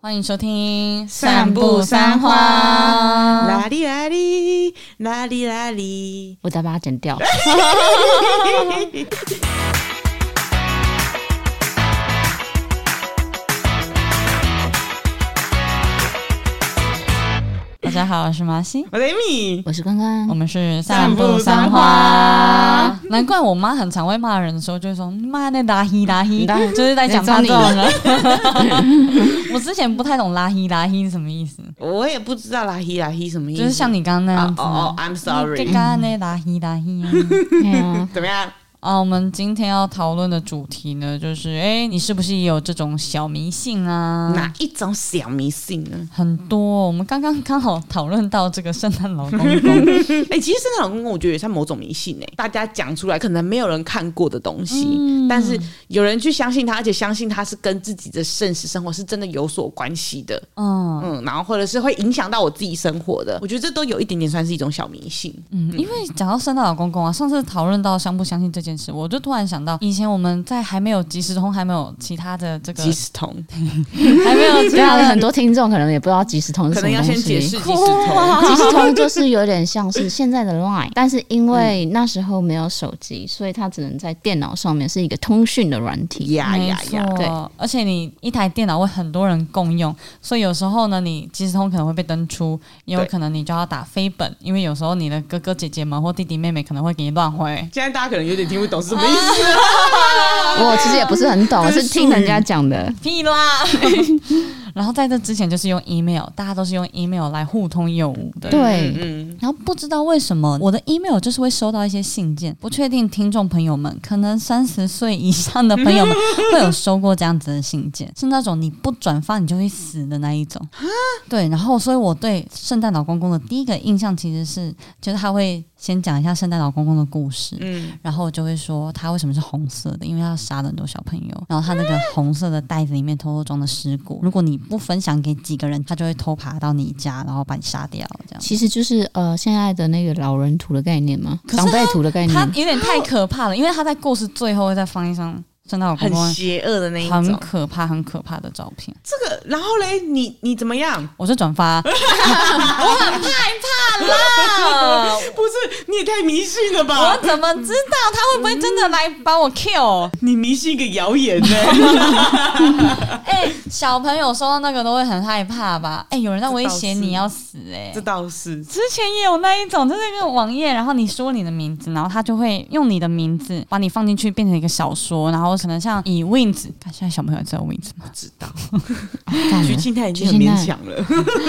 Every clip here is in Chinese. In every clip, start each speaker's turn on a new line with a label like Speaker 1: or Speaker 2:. Speaker 1: 欢迎收听《
Speaker 2: 啦哩啦哩啦哩啦哩。
Speaker 1: 我再把它剪掉。大家好，我是麻西，
Speaker 2: 我的 Amy，
Speaker 1: 我是关关，
Speaker 2: 哦
Speaker 1: 我们是
Speaker 2: 嗯散步三花。
Speaker 1: 难怪我妈很常会骂人的时候，就会说“你妈那拉稀拉稀”，
Speaker 2: 嗯
Speaker 1: 就是在讲她这
Speaker 3: 你
Speaker 1: 种
Speaker 3: 装
Speaker 1: 人。 我之前不太懂“拉稀拉稀”是什么意思，
Speaker 2: 我也不知道啦嘿啦嘿什么意思，
Speaker 1: 就是像你刚刚那
Speaker 2: 啊
Speaker 1: 样子啊。
Speaker 2: 哦哦，I'm
Speaker 1: 这
Speaker 2: sorry，
Speaker 1: 个呢，拉稀拉 稀啊！
Speaker 3: 对啊，
Speaker 2: 怎么样？
Speaker 1: 啊，我们今天要讨论的主题呢，就是诶，你是不是也有这种小迷信啊？
Speaker 2: 哪一种小迷信呢？
Speaker 1: 很多，我们刚刚刚好讨论到这个圣诞老公公，
Speaker 2: 哎，其实圣诞老公公我觉得也算某种迷信哎，大家讲出来可能没有人看过的东西。
Speaker 1: 嗯
Speaker 2: 但是有人去相信他，而且相信他是跟自己的现实生活是真的有所关系的，
Speaker 1: 嗯
Speaker 2: 嗯，然后或者是会影响到我自己生活的，我觉得这都有一点点算是一种小迷信。
Speaker 1: 嗯，因为讲到圣诞老公公啊，上次讨论到相不相信这件事，我就突然想到，以前我们在还没有即时通，还没有其他的这个，
Speaker 2: 即时通，
Speaker 1: 还没有其
Speaker 3: 对
Speaker 1: 他
Speaker 3: 啊，
Speaker 1: 的
Speaker 3: 很多听众可能也不知道即时通是
Speaker 2: 可
Speaker 3: 什么
Speaker 2: 能要
Speaker 3: 东
Speaker 2: 先
Speaker 3: 西。
Speaker 2: 解释即时通。
Speaker 3: 即时通就是有点像是现在的 Line，但是因为那时候没有手机，所以它只能在电脑上面是一个通讯的软体。
Speaker 2: 呀
Speaker 1: 没
Speaker 2: 呀
Speaker 1: 错，
Speaker 2: 呀！
Speaker 3: 对
Speaker 1: 而且你一台电脑会很多人共用，所以有时候呢，你即时通可能会被登出，也有
Speaker 2: 对
Speaker 1: 可能你就要打飞本，因为有时候你的哥哥姐姐们或弟弟妹妹可能会给你乱回。
Speaker 2: 现在大家可能有点听不懂是什么意思。
Speaker 3: 我其实也不 是很懂，我
Speaker 2: 这是
Speaker 3: 是听人家讲的。
Speaker 1: 屁啦！ 然后在这之前就是用 email，大家都是用 email 来互通有无的。
Speaker 3: 对，
Speaker 2: 嗯，
Speaker 1: 然后不知道为什么我的 email 就是会收到一些信件，不确定听众朋友们，可能三十岁以上的朋友们会有收过这样子的信件，是那种你不转发你就会死的那一种。对，然后所以我对圣诞老公公的第一个印象其实是，就是他会先讲一下圣诞老公公的故事，
Speaker 2: 嗯，
Speaker 1: 然后我就会说他为什么是红色的，因为他杀了很多小朋友，然后他那个红色的袋子里面偷偷装的尸骨，如果你不分享给几个人，他就会偷爬到你家，然后把你杀掉，这样。
Speaker 3: 其实就是呃现在的那个老人图的概念嘛，
Speaker 1: 可是
Speaker 3: 长辈图的
Speaker 2: 哎
Speaker 3: 概
Speaker 1: 他
Speaker 3: 念。
Speaker 1: 有点太可怕了，因为他在故事最后会再放一张圣诞老公
Speaker 2: 嗯很
Speaker 1: 公
Speaker 2: 邪恶的那一
Speaker 1: 啊很
Speaker 2: 种。
Speaker 1: 可怕、很可怕的照片，
Speaker 2: 这个，然后嘞，你你怎么样？
Speaker 1: 我就转发。
Speaker 2: 不是，你也太迷信了
Speaker 1: 我
Speaker 2: 吧？
Speaker 1: 怎么知道他会不会真的来把我 kill？
Speaker 2: 你迷信一个谣言呢、
Speaker 1: 哎、小朋友收到那个都会很害怕吧？哎、有人在威胁
Speaker 2: 这倒是
Speaker 1: 你要死哎、
Speaker 2: 这倒是。
Speaker 1: 之前也有那一种，就是那个网页，然后你输入你的名字，然后他就会用你的名字把你放进去，变成一个小说，然后可能像以 Wins，看现在小朋友还知道 Wins 吗？
Speaker 2: 知道，
Speaker 3: 干了
Speaker 2: 徐庆泰已经很
Speaker 3: 徐庆泰
Speaker 2: 勉强 了。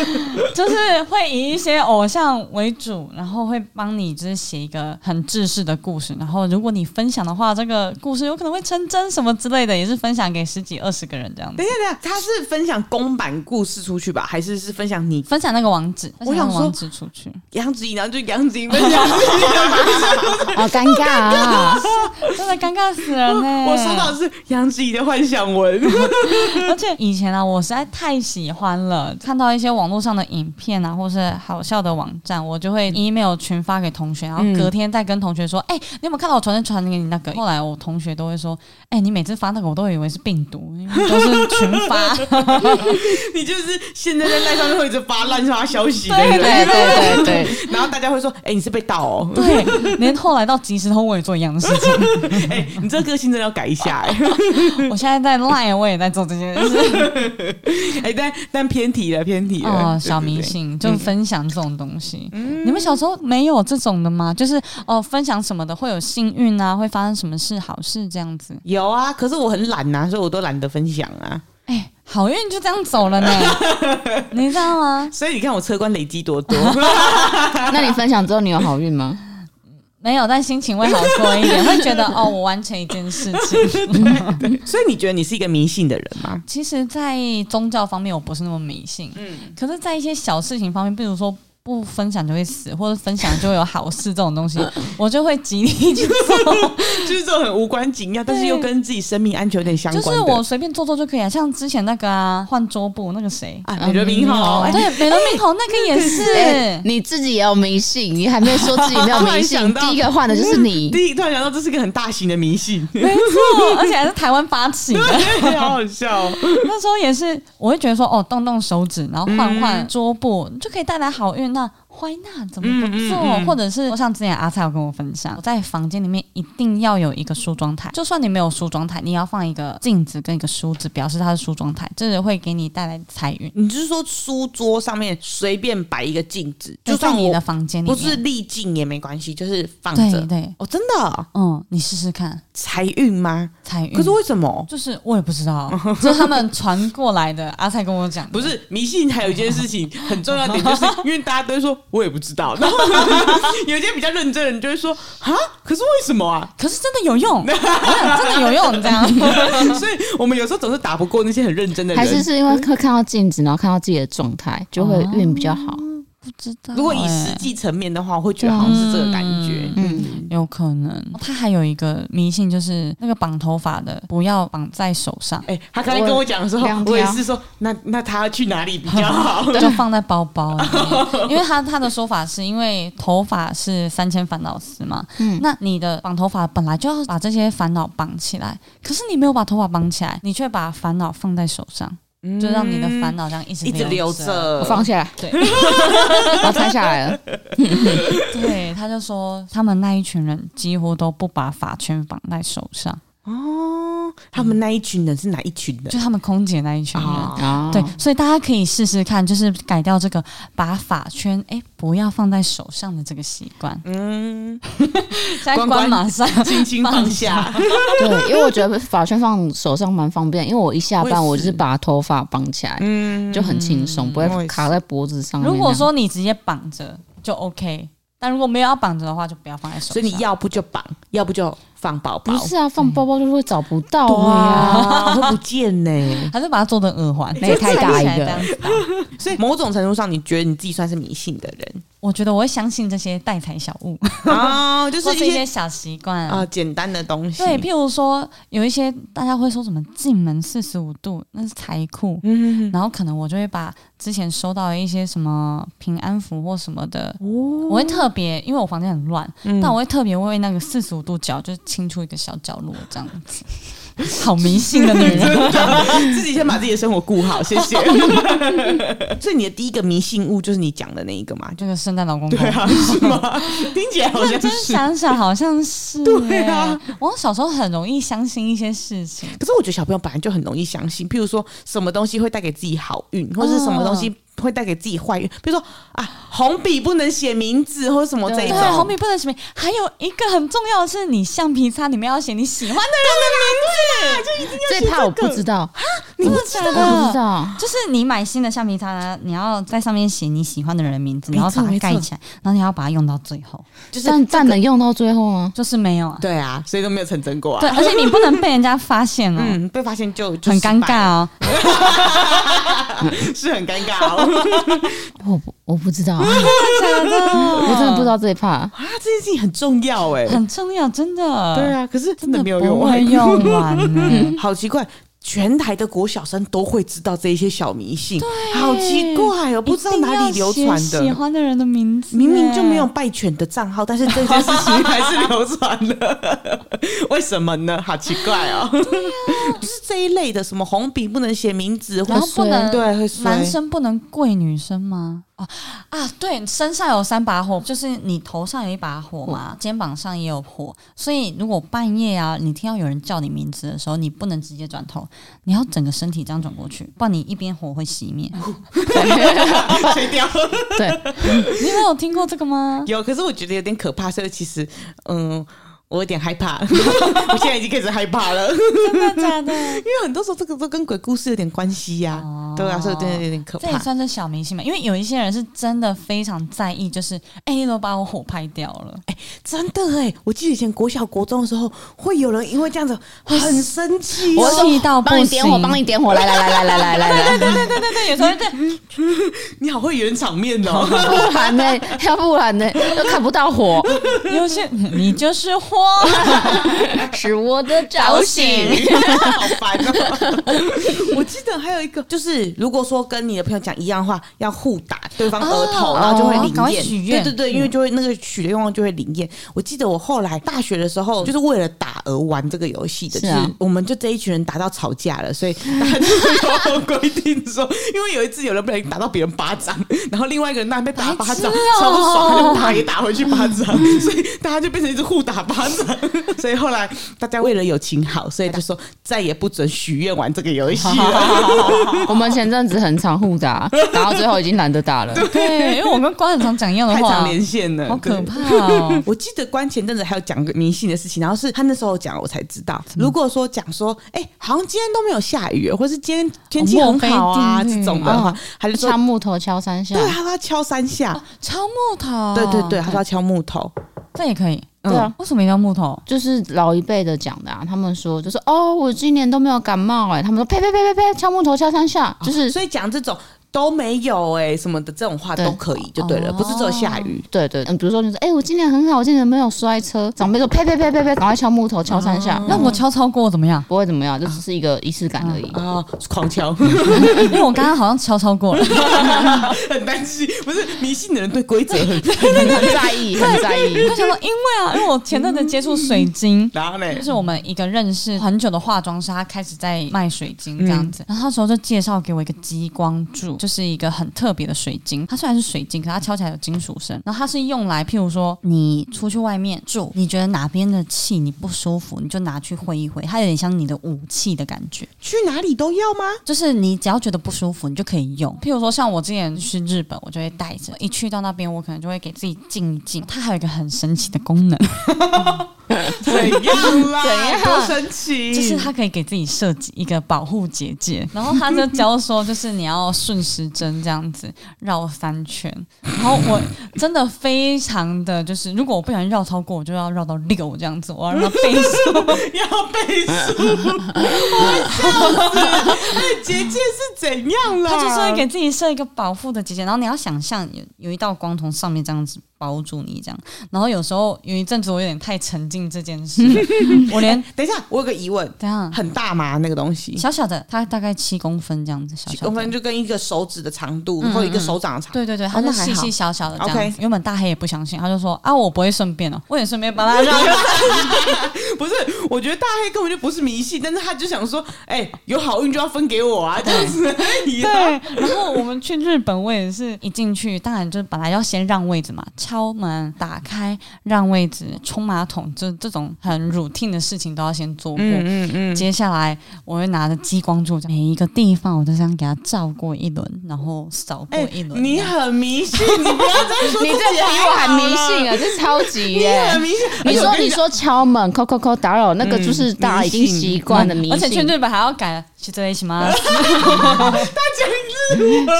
Speaker 1: 就是会以一些偶像为主，然后会帮你就是写一个很制式的故事，然后如果你分享的话，这个故事有可能会成真什么之类的，也是分享给十几二十个人这样子
Speaker 2: 等一。下，等一下，他是分享公版故事出去吧，还是是分享你
Speaker 1: 分享那个网址，
Speaker 2: 我
Speaker 1: 分享那
Speaker 2: 想
Speaker 1: 个
Speaker 2: 说
Speaker 1: 网址出去，
Speaker 2: 杨子怡，然后就杨子怡分享自 己的故事？
Speaker 3: 好尴尬啊！
Speaker 1: 真的尴尬死 人欸呢、
Speaker 2: 我收到的是杨子怡的幻想文。
Speaker 1: 而且以前啊，我实在太喜欢了，看到一些网络上的影片啊，或是好笑的网站，我就会 email 群发给同学，然后哎隔天再跟同学说：“哎、你有没有看到我传传给你那个？”后来我同学都会说：“哎、你每次发那个，我都以为是病毒，因为都是群发。
Speaker 2: 你就是现在在赖上面会一直发乱发消息的
Speaker 1: 对
Speaker 2: 人，
Speaker 3: 对对对对，
Speaker 2: 然后大家会说：“哎、你是被盗哦”。
Speaker 1: 对，连后来到即时通我也做一样的事情。
Speaker 2: 哎、你这个个性真的要改一下哎、
Speaker 1: 我现在在 Line 我也在做这件事。
Speaker 2: 哎、但但偏题了，偏题了。
Speaker 1: 哦，
Speaker 2: 对
Speaker 1: 小迷。信就分享这种东西。你们小时候没有这种的吗？就是哦，分享什么的会有幸运啊，会发生什么事、好事这样子。
Speaker 2: 对对有啊，可是我很懒呐、所以我都懒得分享 啊。
Speaker 1: 哎、好运就这样走了呢，你知道吗？
Speaker 2: 所以你看我车官累积多 多，
Speaker 3: 那你分享之后你有好运吗？
Speaker 1: 没有，但心情会好过一点，会觉得哦，我完成一件事情。
Speaker 2: 所以你觉得你是一个迷信的人吗？
Speaker 1: 其实，在宗教方面我不是那么迷信，嗯，可是，在一些小事情方面，比如说不分享就会死，或者分享就会有好事这种东西，我就会极力去做。
Speaker 2: 就是这种很无关紧要，但是又跟自己生命安全有点相
Speaker 1: 就
Speaker 2: 关的。
Speaker 1: 是我随便做做就可以啊，像之前那个啊，换桌布那个谁。
Speaker 2: 啊，美轮明宏，哎
Speaker 1: 对，美轮明宏那个也 是，
Speaker 3: 哎你自己也有迷信，你还没说自己 没有
Speaker 2: 突然
Speaker 3: 迷信
Speaker 2: 想，到
Speaker 3: 第一个换的就是 你。
Speaker 2: 第一突然想到这是一个很大型的迷信， 哎
Speaker 1: 没错，而且还是台湾发起的。
Speaker 2: 好好笑哦。
Speaker 1: 那时候也是，我会觉得说，哦，动动手指，然后
Speaker 2: 嗯
Speaker 1: 换换桌布，就可以带来好运。那 why not？怎么不做？
Speaker 2: 嗯嗯嗯
Speaker 1: 或者是我像之前阿菜有跟我分享，我在房间里面一定要有一个梳妆台，就算你没有梳妆台，你也要放一个镜子跟一个梳子，表示它是梳妆台，这是会给你带来财运。
Speaker 2: 你就是说书桌上面随便摆一个镜子，就
Speaker 1: 在
Speaker 2: 算
Speaker 1: 你的
Speaker 2: 我
Speaker 1: 房间里
Speaker 2: 不
Speaker 1: 面，
Speaker 2: 是立镜也没关系，就是放
Speaker 1: 对
Speaker 2: 着。
Speaker 1: 对，
Speaker 2: 哦，真的哦
Speaker 1: 嗯，你试试看
Speaker 2: 财运吗？
Speaker 1: 财运。
Speaker 2: 可是为什么？
Speaker 1: 就是我也不知 道，这是他们传过来的。阿菜跟我讲的，
Speaker 2: 不是迷信，还有一件事情很重要的点，就是因为大家都会说我也不知 道，然后有一些比较认真的人就会说啊，可是为什么啊？
Speaker 1: 可是真的有用，我想真的有用，这样。
Speaker 2: 所以我们有时候总是打不过那些很认真的人。
Speaker 3: 还是是因为会看到镜子，然后看到自己的状态，就会运比较好。
Speaker 1: 不知道欸、
Speaker 2: 如果以实际层面的话，我会觉得好像是这个感觉。嗯，
Speaker 1: 有可能，他还有一个迷信，就是那个绑头发的不要绑在手上，
Speaker 2: 哎、他刚才跟我讲的时候
Speaker 3: 我两，条
Speaker 2: 我也是说，那那他要去哪里比较 好？
Speaker 1: 就放在包包里 面。因为他他的说法是因为头发是三千烦恼丝嘛，
Speaker 3: 嗯
Speaker 1: 那你的绑头发本来就要把这些烦恼绑起来，可是你没有把头发绑起来，你却把烦恼放在手上，就让你的烦恼这样一直
Speaker 2: 嗯一直留
Speaker 1: 留。
Speaker 2: 着，
Speaker 3: 我放下来，
Speaker 1: 对
Speaker 3: 我拆下来了。
Speaker 1: 对，他就说他们那一群人几乎都不把发圈绑在手上，
Speaker 2: 哦。他们那一群人是哪一群人？
Speaker 1: 就他们空姐那一群人。
Speaker 2: 啊、
Speaker 3: 啊，
Speaker 1: 对，所以大家可以试试看，就是改掉这个把发圈哎、诶不要放在手上的这个习惯。
Speaker 2: 嗯，
Speaker 1: 现 在
Speaker 2: 关
Speaker 1: 关
Speaker 2: 关
Speaker 1: 马上，
Speaker 2: 轻轻放下，
Speaker 3: 对，因为我觉得发圈放手上蛮方便，因为我一下班
Speaker 2: 我
Speaker 3: 我
Speaker 2: 也
Speaker 3: 就是是把头发绑起来，
Speaker 2: 嗯，
Speaker 3: 就很轻松，不
Speaker 2: 我
Speaker 3: 会
Speaker 2: 也是
Speaker 3: 卡在脖子上面那
Speaker 1: 如
Speaker 3: 样。
Speaker 1: 果说你直接绑着就 OK，但如果没有要绑着的话，就不要放在手上。
Speaker 2: 所以你要不就绑，要不就放包包
Speaker 3: 不。是啊，放包包就会找不到啊。
Speaker 2: 哇，会不见呢、
Speaker 1: 还是把它做成耳环，
Speaker 3: 那也太大一个
Speaker 1: 这样子戴
Speaker 2: 所以某种程度上，你觉得你自己算是迷信的 人
Speaker 1: 我觉得我会相信这些代财小物，
Speaker 2: 啊，就
Speaker 1: 或
Speaker 2: 是
Speaker 1: 是
Speaker 2: 一
Speaker 1: 一
Speaker 2: 些
Speaker 1: 些小习惯
Speaker 2: 啊、。简单的东西。
Speaker 1: 对，譬如说有一些大家会说什么进门四十五度，那是财库。
Speaker 2: 嗯，
Speaker 1: 然后可能我就会把之前收到的一些什么平安符或什么的，
Speaker 2: 哦，
Speaker 1: 我会特别，因为我房间很乱，
Speaker 2: 嗯
Speaker 1: 但我会特别为那个四十五度角就是清出一个小角落这样子。好迷信的女
Speaker 2: 啊
Speaker 1: 人，
Speaker 2: 自己先把自己的生活顾好，谢谢。 所以你的第一个迷信物就是你讲的那一个嘛，就
Speaker 1: 这个圣诞老公公
Speaker 2: 对。啊， 是吗？听起来好像
Speaker 1: 认真
Speaker 2: 是。
Speaker 1: 想想，好像是、欸。
Speaker 2: 对啊，哎
Speaker 1: 我小时候很容易相信一些事情，
Speaker 2: 可是我觉得小朋友本来就很容易相信，譬如说什么东西会带给自己好运，或是什么东西会带给自己坏运，比如说啊，红笔不能写名字或者什么这
Speaker 1: 对，
Speaker 2: 一种。
Speaker 1: 红笔不能写名。还有一个很重要的是，你橡皮擦里面要写你喜欢的人的名字，
Speaker 3: 最怕我不知道，
Speaker 1: 你不知
Speaker 3: 我不知道。
Speaker 1: 就是你买新的橡皮擦呢，你要在上面写你喜欢的人的名字，
Speaker 2: 没
Speaker 1: 然
Speaker 2: 错
Speaker 1: 后把它盖起来，然后你要把它用到最后，
Speaker 2: 就是
Speaker 3: 但但能用到最后吗？
Speaker 1: 就是没有啊。
Speaker 2: 对啊，所以都没有成真过啊。
Speaker 1: 对，而且你不能被人家发现哦，
Speaker 2: 嗯，被发现就就
Speaker 1: 很尴
Speaker 2: 失败
Speaker 1: 尬
Speaker 2: 了，
Speaker 1: 哦。
Speaker 2: 是很尴 尬哦。
Speaker 3: 我不我不知道，
Speaker 1: 真的，
Speaker 3: 我真的不知道这一怕。
Speaker 2: 啊，这件事情很重要 哎。
Speaker 1: 很重要，真的。
Speaker 2: 对，啊，可是真的没有用
Speaker 1: 啊不
Speaker 2: 完
Speaker 1: 会用完呢、
Speaker 2: 好奇怪，全台的国小生都会知道这一些小迷信，好奇怪哦，不知道哪里流传
Speaker 1: 一定要写喜
Speaker 2: 的。
Speaker 1: 欢的人的名字，
Speaker 2: 明明就没有。拜犬的账号，但是这件事情还是流传的， 为什么呢？好奇怪哦！就是这一类的，什么红笔不能写名字，或
Speaker 1: 然后
Speaker 2: 是
Speaker 1: 不能
Speaker 2: 对会衰
Speaker 1: 男生不能跪女生吗？啊啊，对，身上有三把火，就是你头上有一把火嘛，肩膀上也有火，所以如果半夜啊，你听到有人叫你名字的时候，你不能直接转头，你要整个身体这样转过 去，不然你一边火会熄灭。
Speaker 2: 谁 掉
Speaker 3: 对，
Speaker 1: 你们有听过这个吗？
Speaker 2: 有，可是我觉得有点可怕，所以其实嗯。我有点害 怕，我现在已经开始害怕 了，因
Speaker 1: 真的
Speaker 3: 啊
Speaker 1: 假 的？
Speaker 2: 为很多时候这个都跟鬼故事有点关系呀、对啊，所以真的有点可
Speaker 1: 哦这也
Speaker 2: 怕。
Speaker 1: 算是小明星嘛？因为有一些人是真的非常在意，就是哎、你怎么把我火拍掉了？
Speaker 2: 真的哎、我记得以前国小国中的时候，会有人因为这样子很生气、
Speaker 1: 我
Speaker 2: 哦。
Speaker 1: 气到不
Speaker 3: 帮你
Speaker 1: 行，
Speaker 3: 点火，帮你点火，来来来来来来来
Speaker 1: 对
Speaker 3: 来，
Speaker 1: 对对对，有时候对，
Speaker 2: 你好会圆场面哦，
Speaker 3: 不然 呢？要不然呢？都看不到火，
Speaker 1: 有 些你就是火，
Speaker 3: 是我 的
Speaker 1: 好
Speaker 3: 早醒。
Speaker 2: 好烦哦。我记得还有一个就是，如果说跟你的朋友讲一样的话，要互打对方额头，
Speaker 1: 哦
Speaker 2: 然后就会
Speaker 1: 赶
Speaker 2: 灵
Speaker 1: 快
Speaker 2: 验。
Speaker 1: 许愿
Speaker 2: 对对对，因为就会那个许的愿望就会灵验。我记得我后来大学的时候，就是为了打而玩这个游戏的，
Speaker 3: 是啊
Speaker 2: 就是我们就这一群人打到吵架了，所以大家就有规定说， 因为有一次有人被人打到别人巴掌，然后另外一个人那被打巴掌，超不爽，他啊就打也打回去巴掌，所以大家就变成一直互打巴掌。所以后来大家为了友情好，所以就说再也不准许愿玩这个游戏了。
Speaker 3: 我们前阵子很常互打，打到最后已经懒得打了。
Speaker 1: 对，因为我跟关很常讲一样的
Speaker 2: 太
Speaker 1: 话
Speaker 2: 常，连线了，
Speaker 1: 好可
Speaker 2: 对
Speaker 1: 怕哦。
Speaker 2: 我记得关前阵子还有讲个迷信的事情，然后是他那时候讲，我才知道。如果说讲说，哎、好像今天都没有下雨，或是今天天气很好啊
Speaker 1: 墨菲定律
Speaker 2: 这种的话，他就
Speaker 3: 敲
Speaker 2: 说，
Speaker 3: 木头敲三下
Speaker 2: 对，，他说要敲三下，
Speaker 1: 敲木头，
Speaker 2: 对对嗯对，，他说要敲木头，
Speaker 1: 这也可以。
Speaker 3: 对啊，
Speaker 1: 为什么一定要木头？
Speaker 3: 就是老一辈的讲的啊。他们说就是哦，我今年都没有感冒哎、他们说呸呸呸呸呸，敲木头敲三下，就是
Speaker 2: 所以讲这种都没有哎、什么的这种话
Speaker 3: 对
Speaker 2: 都可以，就对了，
Speaker 1: 哦
Speaker 2: 不是只有下雨。
Speaker 3: 对对，嗯，比如说你说，哎、我今年很好，我今年没有摔车，长辈说呸呸呸呸呸，赶快敲木头敲三
Speaker 2: 嗯
Speaker 3: 下，？
Speaker 1: 那我敲超过怎么样
Speaker 3: 不会怎么样，这只是一个仪式感而已。
Speaker 2: 啊、
Speaker 1: 哦
Speaker 2: 狂敲，
Speaker 1: 因为我刚刚好像敲超过了，
Speaker 2: 很担心，不是迷信的人对规则很，。
Speaker 3: 很在意，很在 意。
Speaker 1: 我想说，因为啊，因为我前阵子接触水晶
Speaker 2: 然后呢，
Speaker 1: 就是我们一个认识很久的化妆师，他开始在卖水晶这样子，然后那时候就介绍给我一个激光柱，就是一个很特别的水晶。它虽然是水晶，可它敲起来有金属声。然后它是用来，譬如说你出去外面住，你觉得哪边的气你不舒服，你就拿去挥一挥，它有点像你的武器的感觉。
Speaker 2: 去哪里都要吗？
Speaker 1: 就是你只要觉得不舒服，你就可以用。譬如说，像我之前去日本，我就会带着，一去到那边，我可能就会给自己静一静。它还有一个很神奇的功能，
Speaker 2: 怎样啦？
Speaker 3: 怎样
Speaker 2: 多神奇！
Speaker 1: 就是它可以给自己设计一个保护结界。然后他就教说，就是你要顺时针这样子绕三圈。然后我真的非常的就是，如果我不小心绕超过，我就要绕到六这样子，我要绕到倍数。
Speaker 2: 要 背书，我笑死！那结界是怎样啦？
Speaker 1: 他就是会给自己设一个保护的结界，然后你要想象有有一道光从上面这样子包住你，这样。然后有时候有一阵子我有点太沉浸这件事了，我连
Speaker 2: 等一下，我有个疑问，
Speaker 1: 怎样
Speaker 2: 很大吗？那个东西，
Speaker 1: 小小的，它大概七公分这样子，小
Speaker 2: 几
Speaker 1: 小嗯
Speaker 2: 公分
Speaker 1: 的。
Speaker 2: 就跟一个手指的长度，或一个手掌的长。
Speaker 1: 对对对，
Speaker 2: 哦
Speaker 1: 它
Speaker 2: 那
Speaker 1: 就
Speaker 2: 还
Speaker 1: 细
Speaker 2: 好
Speaker 1: 细小小的这样
Speaker 2: OK
Speaker 1: 子。原本大黑也不相信，他就说啊，我不会顺便哦，我也顺便 把它绕一绕。
Speaker 2: 不是，我觉得大黑根本就不是迷信，但是他就想说，哎、有好运就要分给我啊，这样子而已啊。
Speaker 1: 对，然后我们去日本，我也是一进去，当然就是本来要先让位置嘛，敲门、打开、让位置、冲马桶，就这种很 routine 的事情都要先做过。
Speaker 2: 嗯嗯，
Speaker 1: 接下来我会拿着激光柱，每一个地方我都这样给它照过一轮，然后扫过
Speaker 2: 哎、
Speaker 1: 一轮。
Speaker 2: 你很迷信，你不要再说
Speaker 3: 你这比我还迷信啊，这超级
Speaker 2: 啊你
Speaker 3: 耶、
Speaker 2: 很迷信。
Speaker 3: 你
Speaker 2: 而且我
Speaker 3: 说
Speaker 2: 跟
Speaker 3: 你
Speaker 2: 讲
Speaker 3: 说敲门扣扣扣打扰，那个就是大家已经习惯的迷
Speaker 1: 而且去
Speaker 3: 信。
Speaker 1: 日本还要改去这一起 吗？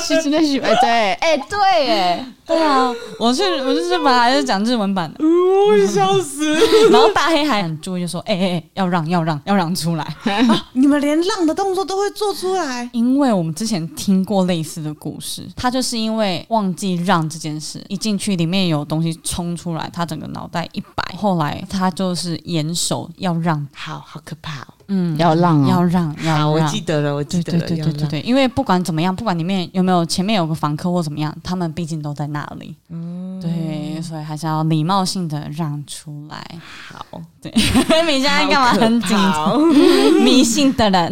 Speaker 3: 是真的是哎对哎对哎，
Speaker 1: 对啊，我去我去日本还是讲日文版的，
Speaker 2: 我会笑死。
Speaker 1: 然后大黑还很注意就说：“哎哎哎，要让要让要让出来。”
Speaker 2: 你们连浪的动作都会做出来，
Speaker 1: 因为我们之前听过类似的故事，他就是因为忘记让这件事，一进去里面有东西冲出来，他整个脑袋一摆，后来他就是严守要让，
Speaker 2: 好好可怕哦！
Speaker 1: 嗯，
Speaker 3: 要让
Speaker 1: 要
Speaker 3: 哦，
Speaker 1: 让
Speaker 2: 好，
Speaker 1: 要
Speaker 2: 我
Speaker 1: 让
Speaker 2: 记。得了，我记
Speaker 1: 对
Speaker 2: 得
Speaker 1: 嗯对
Speaker 2: 了，
Speaker 1: 对
Speaker 2: 要
Speaker 1: 对对
Speaker 2: 让
Speaker 1: 对，因为不管怎么样，不管里面有没有前面有个房客或怎么样，他们毕竟都在那里，
Speaker 2: 嗯
Speaker 1: 对，所以还是要礼貌性的让出来。
Speaker 2: 好，
Speaker 1: 你现在干嘛很紧张？
Speaker 2: 好哦
Speaker 1: 迷信的人。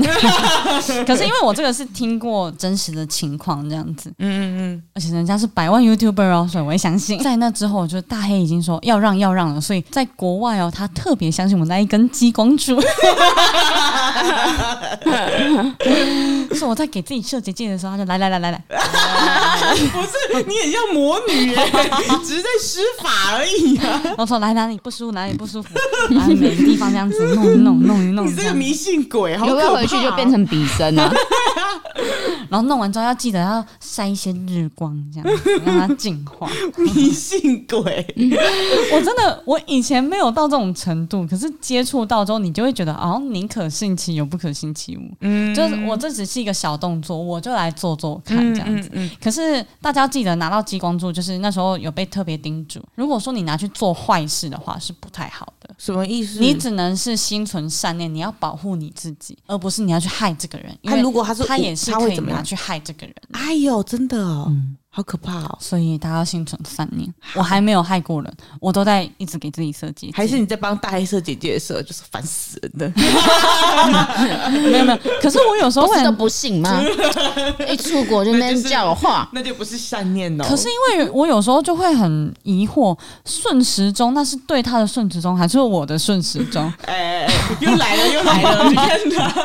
Speaker 1: 可是因为我这个是听过真实的情况这样子，嗯嗯嗯，而且人家是百万 YouTuber 哦，所以我也相 信。在那之后，我就大黑已经说要让要让了，所以在国外哦，他特别相信我那一根激光 柱。就是我在给自己设结界的时候，他就来来来来来，
Speaker 2: 不是，你很像魔女耶，只是在施法而已啊！
Speaker 1: 然后说来哪里不舒服哪里不舒服，把每个地方这样子弄一弄弄一弄
Speaker 2: 你这
Speaker 1: 这
Speaker 2: 个
Speaker 1: 样，
Speaker 2: 迷信鬼，好
Speaker 3: 要
Speaker 2: 可
Speaker 3: 不
Speaker 2: 怕
Speaker 3: 要
Speaker 2: 哦！
Speaker 3: 回去就变成比森啊？
Speaker 1: 然后弄完之后要记得要晒一些日光，这样子让它净化。
Speaker 2: 迷信鬼？
Speaker 1: 我真的，我以前没有到这种程度，可是接触到之后，你就会觉得，哦，宁可信其有，不可信其无。
Speaker 2: 嗯
Speaker 1: 就是我这只是一个小动作，我就来做做看这样子。
Speaker 2: 嗯
Speaker 1: 可是大家记得拿到激光柱，就是那时候有被特别叮嘱，如果说你拿去做坏事的话，是不太好的。
Speaker 2: 什么意思？
Speaker 1: 你只能是心存善念，你要保护你自己，而不是你要去害这个人。因
Speaker 2: 他
Speaker 1: 为
Speaker 2: 如果他是
Speaker 1: 他
Speaker 2: 五
Speaker 1: 也是
Speaker 2: 他
Speaker 1: 可
Speaker 2: 会
Speaker 1: 以
Speaker 2: 怎么
Speaker 1: 拿
Speaker 2: 样？
Speaker 1: 去害这个人，
Speaker 2: 哎呦，真的哦，
Speaker 1: 嗯
Speaker 2: 好可怕哦！
Speaker 1: 所以大家要心存善念。我还没有害过人，我都在一直给自己设计。
Speaker 2: 还是你在帮大黑色姐姐的时候，就是烦死人 的。
Speaker 1: 没有没有？可是我有时候
Speaker 3: 不
Speaker 1: 会
Speaker 3: 是
Speaker 1: 很
Speaker 3: 都不信吗？一出国就那边叫我话，
Speaker 2: 那就不是善念哦。
Speaker 1: 可是因为我有时候就会很疑惑，顺时钟那是对他的顺时钟，还是我的顺时钟？
Speaker 2: 哎，哎哎又来 了，又来了！你看他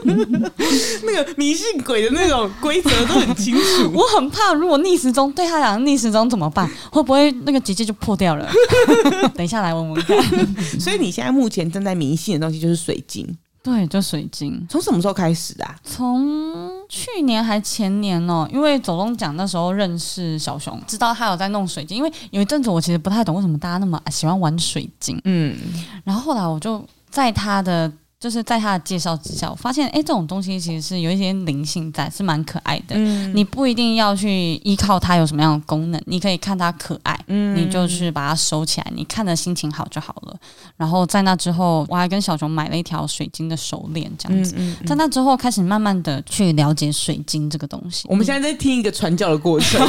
Speaker 2: 那个迷信鬼的那种规则都很清 楚。
Speaker 1: 我很怕，如果逆时钟对他讲逆时钟怎么办？会不会那个结界就破掉了？ 等一下来闻闻看。
Speaker 2: 所以你现在目前正在迷信的东西就是水晶，
Speaker 1: 对，就水晶。
Speaker 2: 从什么时候开始的啊？
Speaker 1: 从去年还前年哦、因为走中奖那时候认识小熊，知道他有在弄水晶。因为有一阵子我其实不太懂为什么大家那么喜欢玩水晶，
Speaker 2: 嗯，
Speaker 1: 然后后来我就在他的就是在他的介绍之下，我发现哎、诶这种东西其实是有一些灵性在，是蛮可爱的。
Speaker 2: 嗯
Speaker 1: 你不一定要去依靠它有什么样的功能，你可以看它可爱，
Speaker 2: 嗯
Speaker 1: 你就去把它收起来，你看的心情好就好了。然后在那之后，我还跟小熊买了一条水晶的手链，这样子。
Speaker 2: 嗯
Speaker 1: 在那之后，开始慢慢的去了解水晶这个东西。
Speaker 2: 我们现在在听一个传教的过 程，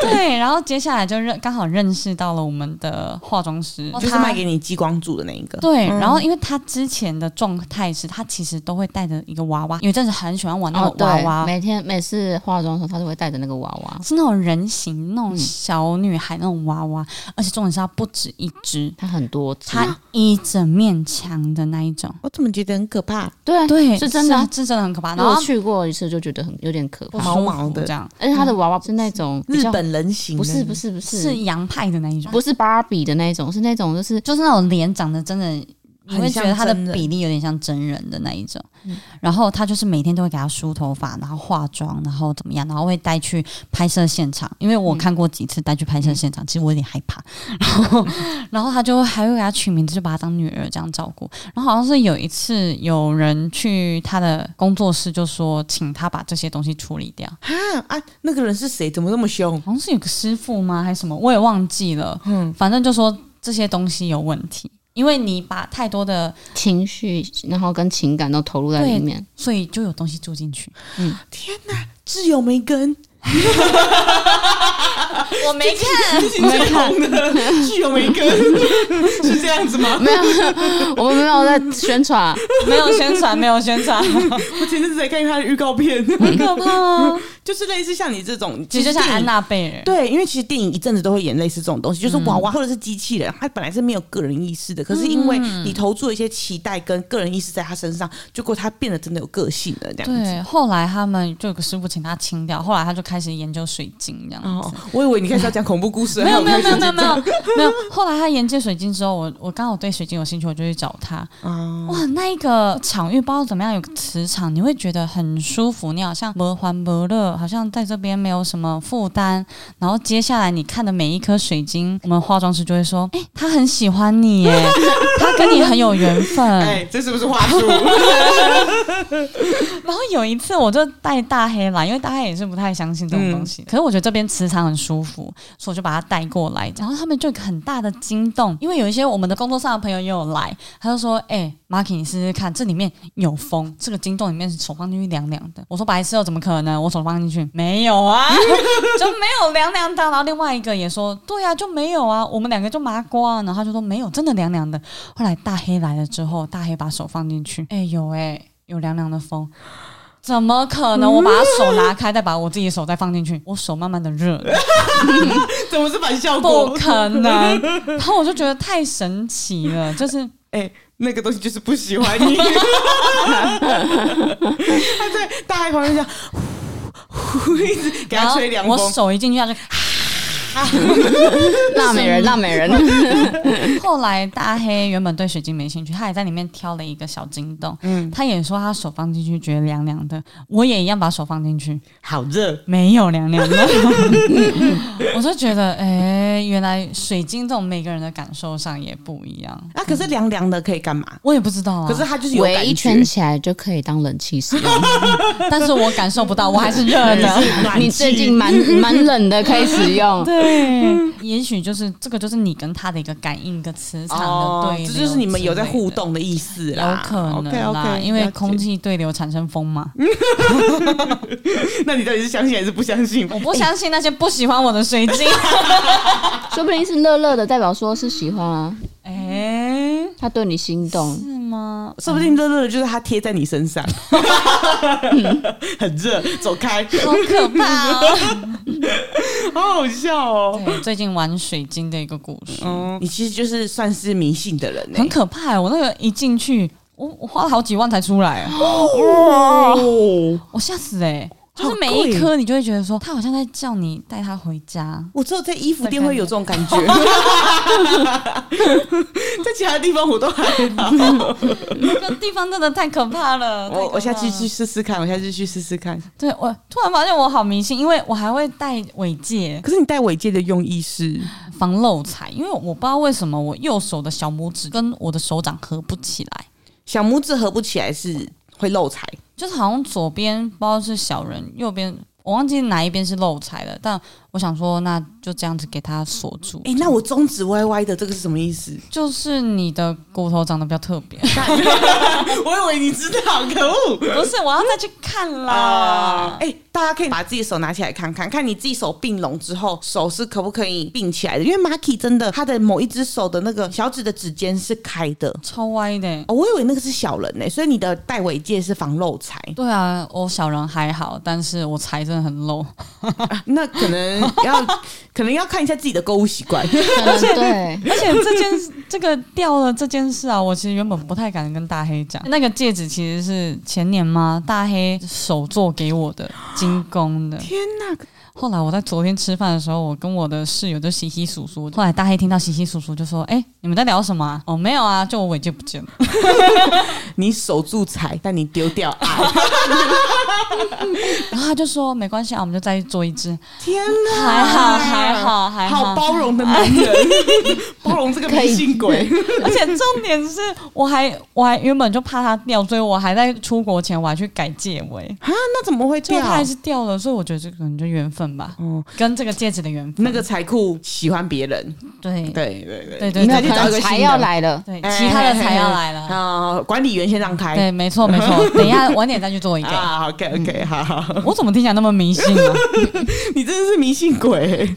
Speaker 1: 对，然后接下来就认刚好认识到了我们的化妆师，
Speaker 2: 就是
Speaker 1: 他
Speaker 2: 卖给你激光柱的那一个。
Speaker 1: 对，
Speaker 3: 嗯
Speaker 1: 然后因为他之前的状态是，他其实都会带着一个娃娃，有一阵子很喜欢玩那
Speaker 3: 哦，
Speaker 1: 种娃娃，
Speaker 3: 对，每天每次化妆的时候，他都会带着那个娃娃。
Speaker 1: 是那种人形、那
Speaker 3: 嗯
Speaker 1: 种小女孩那种娃娃，而且重点是它不止一只，
Speaker 3: 他很多只，
Speaker 1: 它一整面墙的那一种。
Speaker 2: 我哦怎么觉得很可怕？
Speaker 3: 对啊
Speaker 1: 对，
Speaker 3: 是真的啊。
Speaker 1: 是真的很可怕。然后
Speaker 3: 我去过一次就觉得很有点可
Speaker 1: 不
Speaker 3: 怕，
Speaker 1: 舒服
Speaker 2: 毛毛的
Speaker 1: 这样，
Speaker 3: 而且他的娃娃是那种比
Speaker 2: 日
Speaker 3: 较
Speaker 2: 本人形的
Speaker 3: 不是不是不是
Speaker 1: 是洋派的那一种，
Speaker 3: 不是芭比的那种，是那种就是
Speaker 1: 就是那种脸长得真的，你会
Speaker 2: 很
Speaker 1: 觉
Speaker 2: 像
Speaker 1: 得他的
Speaker 2: 真人
Speaker 1: 比例有点像真人的那一种。然后他就是每天都会给他梳头发，然后化妆，然后怎么样，然后会带去拍摄现场。因为我看过几次带去拍摄现场，其实我有点害怕。然后，嗯 然后他就还会给他取名字，就把他当女儿这样照顾。然后好像是有一次有人去他的工作室，就说请他把这些东西处理掉。
Speaker 2: 啊啊！那个人是谁？怎么那么凶？
Speaker 1: 好像是有个师傅吗，还是什么，我也忘记了。嗯，反正就说这些东西有问题，因为你把太多的，
Speaker 3: 情绪，然后跟情感都投入在里面。
Speaker 1: 所以就有东西住进去。
Speaker 2: 天哪，挚友梅根，
Speaker 1: 我没看，
Speaker 2: 最近最红 的挚友梅根是这样子吗？
Speaker 3: 没有， 我们没有在宣传，
Speaker 1: 没有宣传，没有宣传，
Speaker 2: 我前阵子在看他的预告片，
Speaker 1: 很可怕啊！
Speaker 2: 就是类似像你这种，
Speaker 1: 其实就像
Speaker 2: 电影
Speaker 1: 安。娜贝尔，
Speaker 2: 对，因为其实电影一阵子都会演类似这种东西，
Speaker 1: 嗯
Speaker 2: 就是娃娃或者是机器人，它本来是没有个人意识的，可是因为
Speaker 1: 嗯
Speaker 2: 你投注了一些期待跟个人意识在他身上，结果他变得真的有个性了，这样子。
Speaker 1: 对，后来他们就有个师傅请他清掉，后来他就开始研究水晶这样子。
Speaker 2: 哦，我以为你开始要讲恐怖故事，
Speaker 1: 没有没
Speaker 2: 然
Speaker 1: 有
Speaker 2: 后
Speaker 1: 没有没有没
Speaker 2: 我
Speaker 1: 有没有，后来他研究水晶之后，我我刚好对水晶有兴趣，我就去找他。
Speaker 2: 啊，
Speaker 1: 哇，那一个场域不知道怎么样，有个磁场，你会觉得很舒服，你好像不欢不乐，好像在这边没有什么负担。然后接下来你看的每一颗水晶，我们化妆师就会说：“哎、他很喜欢你耶，他跟你很有缘分。
Speaker 2: 哎，这是不是话术？
Speaker 1: 然后有一次我就带大黑来，因为大黑也是不太相信这种东西，可是我觉得这边磁场很舒服，所以我就把他带过来。然后他们就有一个很大的惊动，因为有一些我们的工作上的朋友也有来，他就说：“哎、m a r k y 你试试看，这里面有风，这个晶洞里面手放进去凉凉的。”我说：“白痴哦，怎么可能？我手放进去没有啊，就没有凉凉的。”然后另外一个也说：“对啊，就没有啊。”我们两个就麻瓜，然后他就说：“没有，真的凉凉的。”后来大黑来了之后，大黑把手放进去，哎、有哎、有凉凉的风。怎么可能？我把他手拿开，再把我自己的手再放进
Speaker 2: 嗯
Speaker 1: 去，我手慢慢的 热了，
Speaker 2: 怎么是反效
Speaker 1: 不
Speaker 2: 果？
Speaker 1: 可能。然后我就觉得太神奇了，就是
Speaker 2: 哎，那个东西就是不喜欢 你。他在 大海旁边这样，呼呼，一直给
Speaker 1: 然
Speaker 2: 他
Speaker 1: 后
Speaker 2: 吹凉
Speaker 1: 我
Speaker 2: 风。
Speaker 1: 手一进去，他就
Speaker 3: 娜美人，娜美人，
Speaker 1: 后来大黑原本对水晶没兴趣，他也在里面挑了一个小金洞，
Speaker 2: 嗯，
Speaker 1: 他也说他手放进去觉得凉凉的，我也一样把手放进去，
Speaker 2: 好热，
Speaker 1: 没有凉凉的， 我就觉得，哎、原来水晶洞每个人的感受上也不一样，
Speaker 2: 啊，可是凉凉的可以干嘛？
Speaker 1: 我也不知道啊，
Speaker 2: 可是它就是有
Speaker 3: 围
Speaker 2: 感
Speaker 3: 一
Speaker 2: 觉
Speaker 3: 圈，起来就可以当冷气使用。
Speaker 1: 但是我感受不到，我还是热 的。
Speaker 2: 暖
Speaker 3: 你
Speaker 2: 气
Speaker 3: 最近蛮蛮冷的，可以使用。
Speaker 2: 嗯
Speaker 1: 对，嗯也许就是这个，就是你跟他的一个感应，一个磁场的
Speaker 2: 哦
Speaker 1: 对、，
Speaker 2: 这就是你们有在互。动的意思
Speaker 1: 有
Speaker 2: 啦，
Speaker 1: 可能
Speaker 2: OK
Speaker 1: 啦
Speaker 2: OK，
Speaker 1: 因为空。气对流产生风嘛。
Speaker 2: 嗯那你到底是相信还是不相信？
Speaker 1: 我不相信那些不喜欢我的水晶。
Speaker 3: 说不定是乐乐的，代表说是喜欢啊，
Speaker 1: 哎、
Speaker 2: 嗯
Speaker 3: 他对你心动。
Speaker 1: 是哎吗？
Speaker 2: 说不定热热的就是它贴在你身 上，很热，走开，
Speaker 1: 好可怕 哦！
Speaker 2: 好好笑哦。
Speaker 1: 对，最近玩水晶的一个故事，
Speaker 2: 嗯，你其实就是算是迷信的人呢、欸
Speaker 1: 很可怕、欸我那个一进去，我我花了好几万才出来、
Speaker 2: 哦，
Speaker 1: 我吓死哎、就
Speaker 2: 好
Speaker 1: 是
Speaker 2: 贵
Speaker 1: 每一颗你就会觉得说，他好像在叫你带他回家。
Speaker 2: 我只有在衣服店会有这种感觉， 在其他地方我都还好。
Speaker 1: 这地方真的太可怕了。太可
Speaker 2: 我
Speaker 1: 怕
Speaker 2: 我下次
Speaker 1: 了
Speaker 2: 去试试看，我下次去试试看。
Speaker 1: 对我突然发现我好迷信，因为我还会戴尾戒
Speaker 2: 可是你戴尾戒的用意是
Speaker 1: 防漏财，因为我不知道为什么我右手的小拇指跟我的手掌合不起来，
Speaker 2: 小拇指合不起来是会漏财，
Speaker 1: 就是好像左边不知道是小人，右边我忘记哪一边是漏财了，但我想说那就这样子给它锁住。
Speaker 2: 哎、那我中指歪歪的，这个是什么意思？
Speaker 1: 就是你的骨头长得比较特别，
Speaker 2: 我以为你知道，可恶！
Speaker 1: 不是我要再去看
Speaker 2: 啊
Speaker 1: 啦，。
Speaker 2: 哎、大家可以把自己的手拿起来看看，看你自己手并拢之后，手是可不可以并起来的？因为 Maki 真的，他的某一只手的那个小指的指尖是开的。
Speaker 1: 超歪的欸、
Speaker 2: 哦，我以为那个是小人呢、所以你的戴尾戒是防漏财，
Speaker 1: 对啊，我小人还好，但是我财真的很 low。啊
Speaker 2: 那 可能要可能要看一下自己的购物习惯。
Speaker 3: 嗯对，
Speaker 1: 而且这件事这个掉了这件事啊，我其实原本不太敢跟大黑讲。那个戒指其实是前年吗？大黑手做给我的，精工的。
Speaker 2: 天哪，
Speaker 1: 后来我在昨天吃饭的时候，我跟我的室友就稀稀疏疏。后来大黑听到稀稀疏疏，就说：“哎、你们在聊什么、啊？”哦，没有啊，就我尾戒不见了。
Speaker 2: 你守住财，但你丢掉 爱。
Speaker 1: 然后他就说：“没关系啊，我们就再做一只。
Speaker 2: 天哪，
Speaker 1: 还好还好还好
Speaker 2: 好包容的男人， 包容这个迷信 鬼。啊
Speaker 1: 而且重点是，我还我还原本就怕它掉，所以我还在出国前我还去改戒尾，
Speaker 2: 啊，那怎么会
Speaker 1: 结果
Speaker 2: 掉？
Speaker 1: 它还是掉了。所以我觉得这可能就缘分吧。
Speaker 2: 哦，
Speaker 1: 跟这个戒指的缘分。
Speaker 2: 那个财库喜欢别人，
Speaker 1: 对
Speaker 2: 对对
Speaker 1: 对对
Speaker 2: 你
Speaker 1: 对
Speaker 2: 再去
Speaker 3: 可
Speaker 2: 找一
Speaker 3: 能
Speaker 2: 个
Speaker 3: 才
Speaker 2: 新
Speaker 3: 要
Speaker 2: 的。
Speaker 3: 来了。
Speaker 1: 对，
Speaker 2: 哎
Speaker 1: 其他的才要来了。
Speaker 2: 啊，管理员先让开
Speaker 1: 对，嗯没错没错，等一下晚点再去做一个。
Speaker 2: 啊，OK OK，好好，
Speaker 1: 我怎么听起来那么迷信啊？
Speaker 2: 你真的是迷信鬼，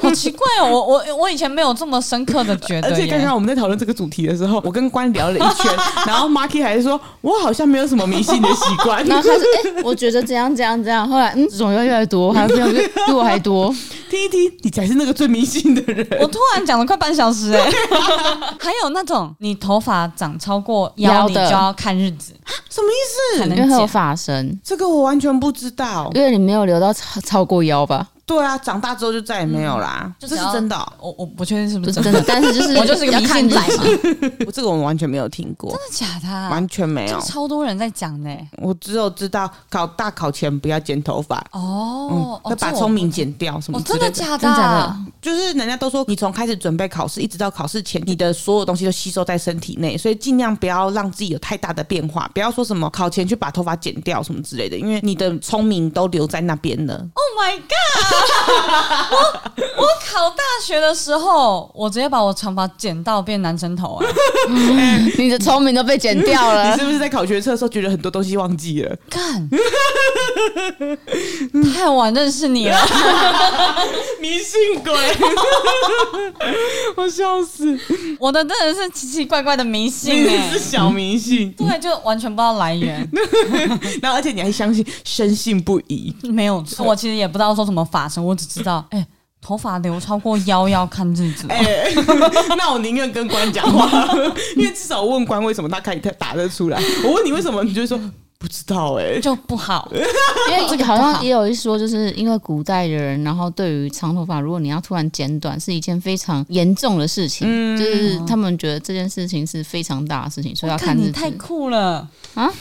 Speaker 1: 好奇怪哦，我我我以前没有这么深刻的觉
Speaker 2: 而
Speaker 1: 得
Speaker 2: 且刚刚
Speaker 1: 耶。
Speaker 2: 我们在讨论这个主题的 时候，我跟关聊了一圈， 然后 Marky 还说，我好像没有什么迷信的习 惯，
Speaker 3: 然后开始，哎、我觉得怎样怎样怎样。后来，嗯，总要越来越多，还有朋友就比我还多。
Speaker 2: 听一听，你才是那个最迷信的 人。
Speaker 1: 我突然讲了快半小时哎，还有那种你头发长超过腰，
Speaker 3: 腰
Speaker 1: 你
Speaker 3: 的
Speaker 1: 就要看日子
Speaker 2: 什么意
Speaker 1: 才
Speaker 2: 思？
Speaker 3: 因
Speaker 1: 能
Speaker 3: 为会有
Speaker 1: 剪。
Speaker 3: 发生，
Speaker 2: 这个我完全不知道。
Speaker 3: 因为你没有留到超超过腰吧？
Speaker 2: 对啊，长大之后就再也没有啦，
Speaker 1: 嗯就
Speaker 2: 这是
Speaker 1: 只要
Speaker 2: 真的 哦、
Speaker 1: 我我不确定是不
Speaker 3: 不
Speaker 1: 是
Speaker 3: 是
Speaker 1: 真
Speaker 3: 真
Speaker 1: 的，
Speaker 3: 的，但是就是
Speaker 1: 我就是个
Speaker 3: 要
Speaker 1: 迷
Speaker 3: 看
Speaker 1: 信仔
Speaker 3: 日
Speaker 1: 嘛
Speaker 3: 子，
Speaker 2: 我这个我完全没有听过，
Speaker 1: 真的假的啊？
Speaker 2: 完全没
Speaker 1: 这
Speaker 2: 有
Speaker 1: 个。超多人在讲的耶
Speaker 2: 我只有知道考大考前不要剪头发，
Speaker 1: 哦
Speaker 2: 嗯，，
Speaker 1: 哦
Speaker 2: 再把
Speaker 1: 这我
Speaker 2: 聪明剪掉什么
Speaker 1: 哦，
Speaker 2: 之
Speaker 1: 真
Speaker 2: 类
Speaker 1: 的
Speaker 2: 的。
Speaker 1: 假的
Speaker 3: 真的假
Speaker 1: 啊
Speaker 3: 的？
Speaker 2: 就是人家都说，你从开始准备考试一直到考试前，你的所有东西都吸收在身体内，所以尽量不要让自己有太大的变化，不要说什么考前去把头发剪掉什么之类的，因为你的聪明都留在那边了。
Speaker 1: Oh my god！我我 考大学的时候，我直接把我长发剪到变男生头、哎，
Speaker 3: 你 的聪明都被剪掉
Speaker 2: 你
Speaker 3: 了。
Speaker 2: 是不是在考学测的时候觉得很多东西忘记了？
Speaker 1: 干！太晚认识你了，
Speaker 2: 迷信鬼，我笑死！
Speaker 1: 我的真的是奇奇怪怪的迷信
Speaker 2: 你
Speaker 1: 哎、
Speaker 2: 是小迷信，
Speaker 1: 对，就完全不知道来源，
Speaker 2: 然后而且你还相信，深信不疑。
Speaker 1: 没有错。我其实也不知道说什么发生，我只知道，哎、头发留超过腰要看日子哦、
Speaker 2: 哎、 那我宁愿跟官讲话，因为至少我问官为什么他可以打得出来。我问你为什么，你就会说不知道哎、
Speaker 1: 就不好。
Speaker 3: 因为
Speaker 1: 这个
Speaker 3: 好
Speaker 1: 不好
Speaker 3: 像也有一说，就是因为古代的人，然后对于长头发，如果你要突然剪短，是一件非常严重的事情，就是他们觉得这件事情是非常大的事情，所以要
Speaker 1: 看
Speaker 3: 日
Speaker 1: 你
Speaker 3: 子
Speaker 1: 太酷了
Speaker 3: 啊！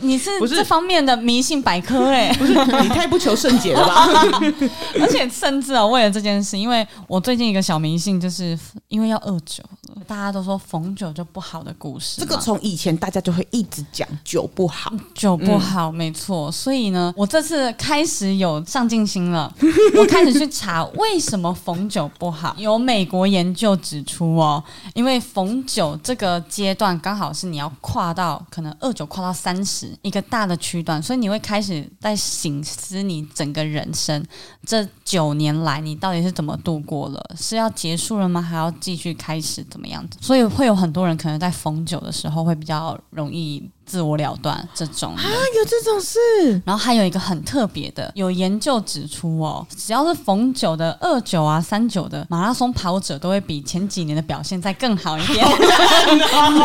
Speaker 1: 你是
Speaker 2: 不是
Speaker 1: 这方面的迷信百科哎、
Speaker 2: 不是 你太不求甚解了吧？
Speaker 1: 而且甚至啊，为了这件事，因为我最近一个小迷信，就是因为要二九了，大家都说逢九就不好的故事
Speaker 2: 这
Speaker 1: 嘛，
Speaker 2: 个从以前大家就会一直讲酒不好，
Speaker 1: 酒不好，没错。所以呢，我这次开始有上进心 了，我开始去查为什么逢酒不好。有美国研究指出哦，因为逢酒这个阶段刚好是你要跨到可能二九跨到三十一个大的区段，所以你会开始在醒思你整个人生这九年来你到底是怎么度过了，是要结束了吗？还要继续开始怎么样子？所以会有很多人可能在逢酒的时候会比较容易自我了断这种的。
Speaker 2: 有这种事？
Speaker 1: 然后还有一个很特别的，有研究指出哦，只要是逢九的二九啊、三九的马拉松跑者，都会比前几年的表现再更好一点。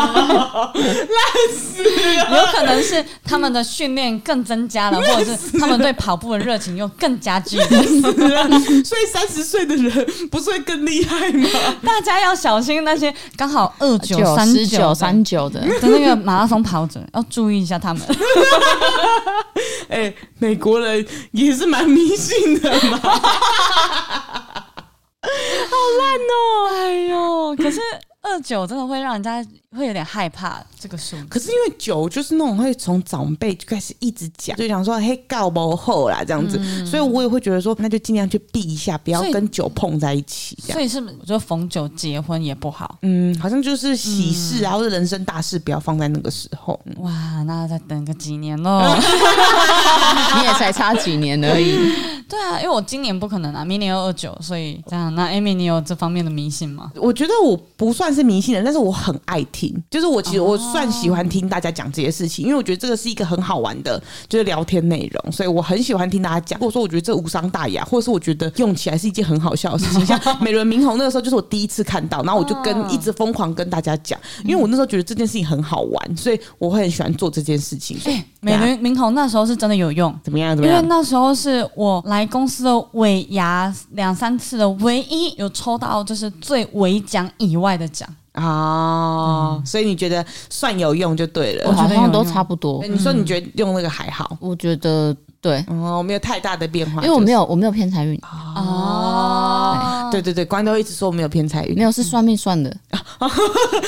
Speaker 1: 有可能是他们的训练更增加了，或者是他们对跑步的热情又更加剧了。
Speaker 2: 所以三十岁的人不是会更厉害吗？
Speaker 1: 大家要小心那些刚好二九、三
Speaker 3: 十
Speaker 1: 九、
Speaker 3: 九、三九 的，
Speaker 1: 的那个马拉松跑者，要注意一下他 们。
Speaker 2: 哎、美国人也是蛮迷信的嘛。
Speaker 1: 哦，哎呦，可是二九真的会让人家会有点害怕这个数字。
Speaker 2: 可是因为酒就是那种会从长辈就开始一直讲，就想说嘿告不后啦这样子，所以我也会觉得说那就尽量去避一下，不要
Speaker 1: 所以
Speaker 2: 跟酒碰在一起这样。
Speaker 1: 所以是不是我觉得逢九结婚也不好
Speaker 2: 嗯，好像就是喜事啊，或者人生大事，不要放在那个时候。嗯
Speaker 1: 哇，那要再等个几年 喽。
Speaker 3: 你也才差几年而已。
Speaker 1: 对啊，因为我今年不可能啊，明年又二九，所以这样。那 Amy，你有这方面的迷信吗？
Speaker 2: 我觉得我不算是迷信人，但是我很爱听，就是我
Speaker 3: 哦
Speaker 2: 其实我算喜欢听大家讲这些事情，因为我觉得这个是一个很好玩的，就是聊天内容，所以我很喜欢听大家讲。或者说我觉得这无伤大雅，或者是我觉得用起来是一件很好笑的事 情。像美轮明宏那个时候就是我第一次看到，然
Speaker 3: 嗯
Speaker 2: 后我就跟一直疯狂跟大家讲，因为我那时候觉得这件事情很好玩，所以我会很喜欢做这件事情。
Speaker 1: 哎、美
Speaker 2: 对啊
Speaker 1: 玲明彤那时候是真的有用。
Speaker 2: 怎么样？怎
Speaker 1: 因
Speaker 2: 么
Speaker 1: 为
Speaker 2: 样？
Speaker 1: 那时候是我来公司的尾牙两三次的唯一有抽到就是最尾奖以外的奖，
Speaker 2: 啊、
Speaker 3: 嗯
Speaker 2: 所以你觉得算有用就对了
Speaker 1: 我。觉
Speaker 3: 好
Speaker 1: 得有
Speaker 3: 像都
Speaker 1: 用
Speaker 3: 差不多
Speaker 2: 哎。你
Speaker 3: 嗯
Speaker 2: 说你觉得用那个还好？
Speaker 3: 我觉得对，
Speaker 2: 哦，没有太大的变化，
Speaker 3: 因为我没
Speaker 2: 有。
Speaker 3: 有我没有偏财运，
Speaker 1: 哦，
Speaker 2: 对对对，关都一直说我没有偏财运，
Speaker 3: 没有是算命算的。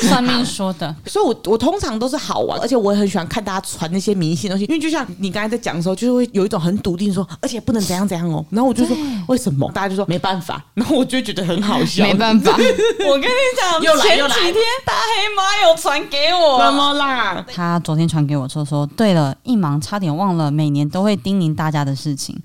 Speaker 1: 算命说的，
Speaker 2: 所以我我通常都是好玩，而且我也很喜欢看大家传那些迷信的东西，因为就像你刚才在讲的时候，就是会有一种很笃定说，而且不能怎样怎样哦，然后我就说为什么？大家就说没办法，然后我就觉得很好笑，
Speaker 3: 没办 法，
Speaker 1: 我跟你讲，
Speaker 2: 又来
Speaker 1: 前
Speaker 2: 又来
Speaker 1: 几天大黑妈有传给我，
Speaker 2: 怎么啦？
Speaker 1: 他昨天传给我说说，对了，一忙差点忘了每年都会叮咛大家的事情。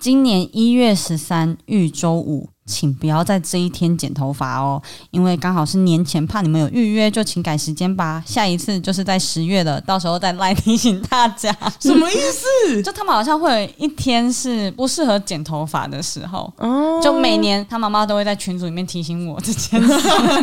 Speaker 1: 今年一月十三遇周五，请不要在这一天剪头发哦，因为刚好是年前，怕你们有预约，就请改时间吧。下一次就是在十月了，到时候再来提醒大家。
Speaker 2: 什么意思？
Speaker 1: 就他们好像会有一天是不适合剪头发的时候，
Speaker 2: 哦
Speaker 1: 就每年他妈妈都会在群组里面提醒我这件事。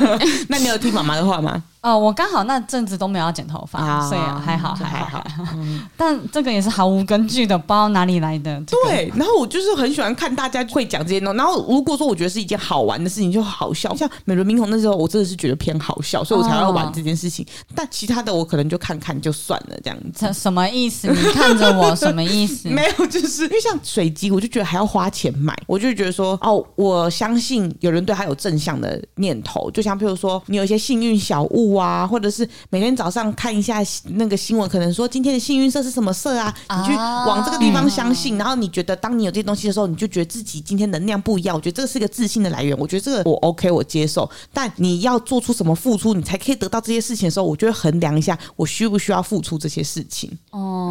Speaker 2: 那你有听妈妈的话吗？
Speaker 1: 呃，我刚好那阵子都没有要剪头发，
Speaker 2: 啊
Speaker 1: 所以还好
Speaker 2: 就
Speaker 1: 还
Speaker 2: 还
Speaker 1: 好
Speaker 2: 好。
Speaker 1: 但这个也是毫无根据的，不知道哪里来的。这个，
Speaker 2: 对，然后我就是很喜欢看大家会讲这些东西。然后如果说我觉得是一件好玩的事情，就好笑。像美轮明宏那时候，我真的是觉得偏好笑，所以我才要玩这件事情。但其他的我可能就看看就算了这样子。
Speaker 1: 这什么意思？你看着我，什么意思？
Speaker 2: 没有，就是因为像水机，我就觉得还要花钱买，我就觉得说，哦，我相信有人对他有正向的念头，就像譬如说，你有一些幸运小物啊，或者是每天早上看一下那个新闻，可能说今天的幸运色是什么色啊，你去往这个地方相信，然后你觉得当你有这些东西的时候，你就觉得自己今天能量不一样，我觉得这个是一个自信的来源，我觉得这个我 OK，我接受，但你要做出什么付出，你才可以得到这些事情的时候，我就会衡量一下，我需不需要付出这些事情。
Speaker 1: 哦，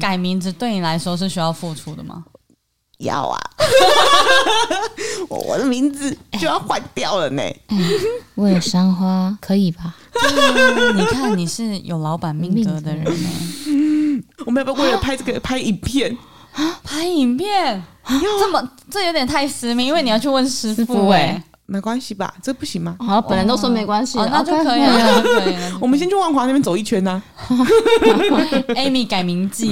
Speaker 1: 改名字对你来说是需要付出的吗？
Speaker 2: 要啊， 我我的名字就要换掉了呢。
Speaker 3: 我有山花，可以吧？
Speaker 1: 你看，你是有老板命格的人呢、
Speaker 2: 我们要不要为了拍这个拍影片？
Speaker 1: 拍影片这么这有点太私密，因为你要去问师
Speaker 3: 师
Speaker 1: 傅
Speaker 3: 傅
Speaker 1: 哎、
Speaker 3: 欸
Speaker 2: 没关系吧？这不行吗？
Speaker 3: 好，本来都说没关系，
Speaker 1: 哦，那就
Speaker 3: OK
Speaker 1: 可以了，可以了。
Speaker 2: 我们先去万华那边走一圈啊呐、
Speaker 1: Amy 改名记，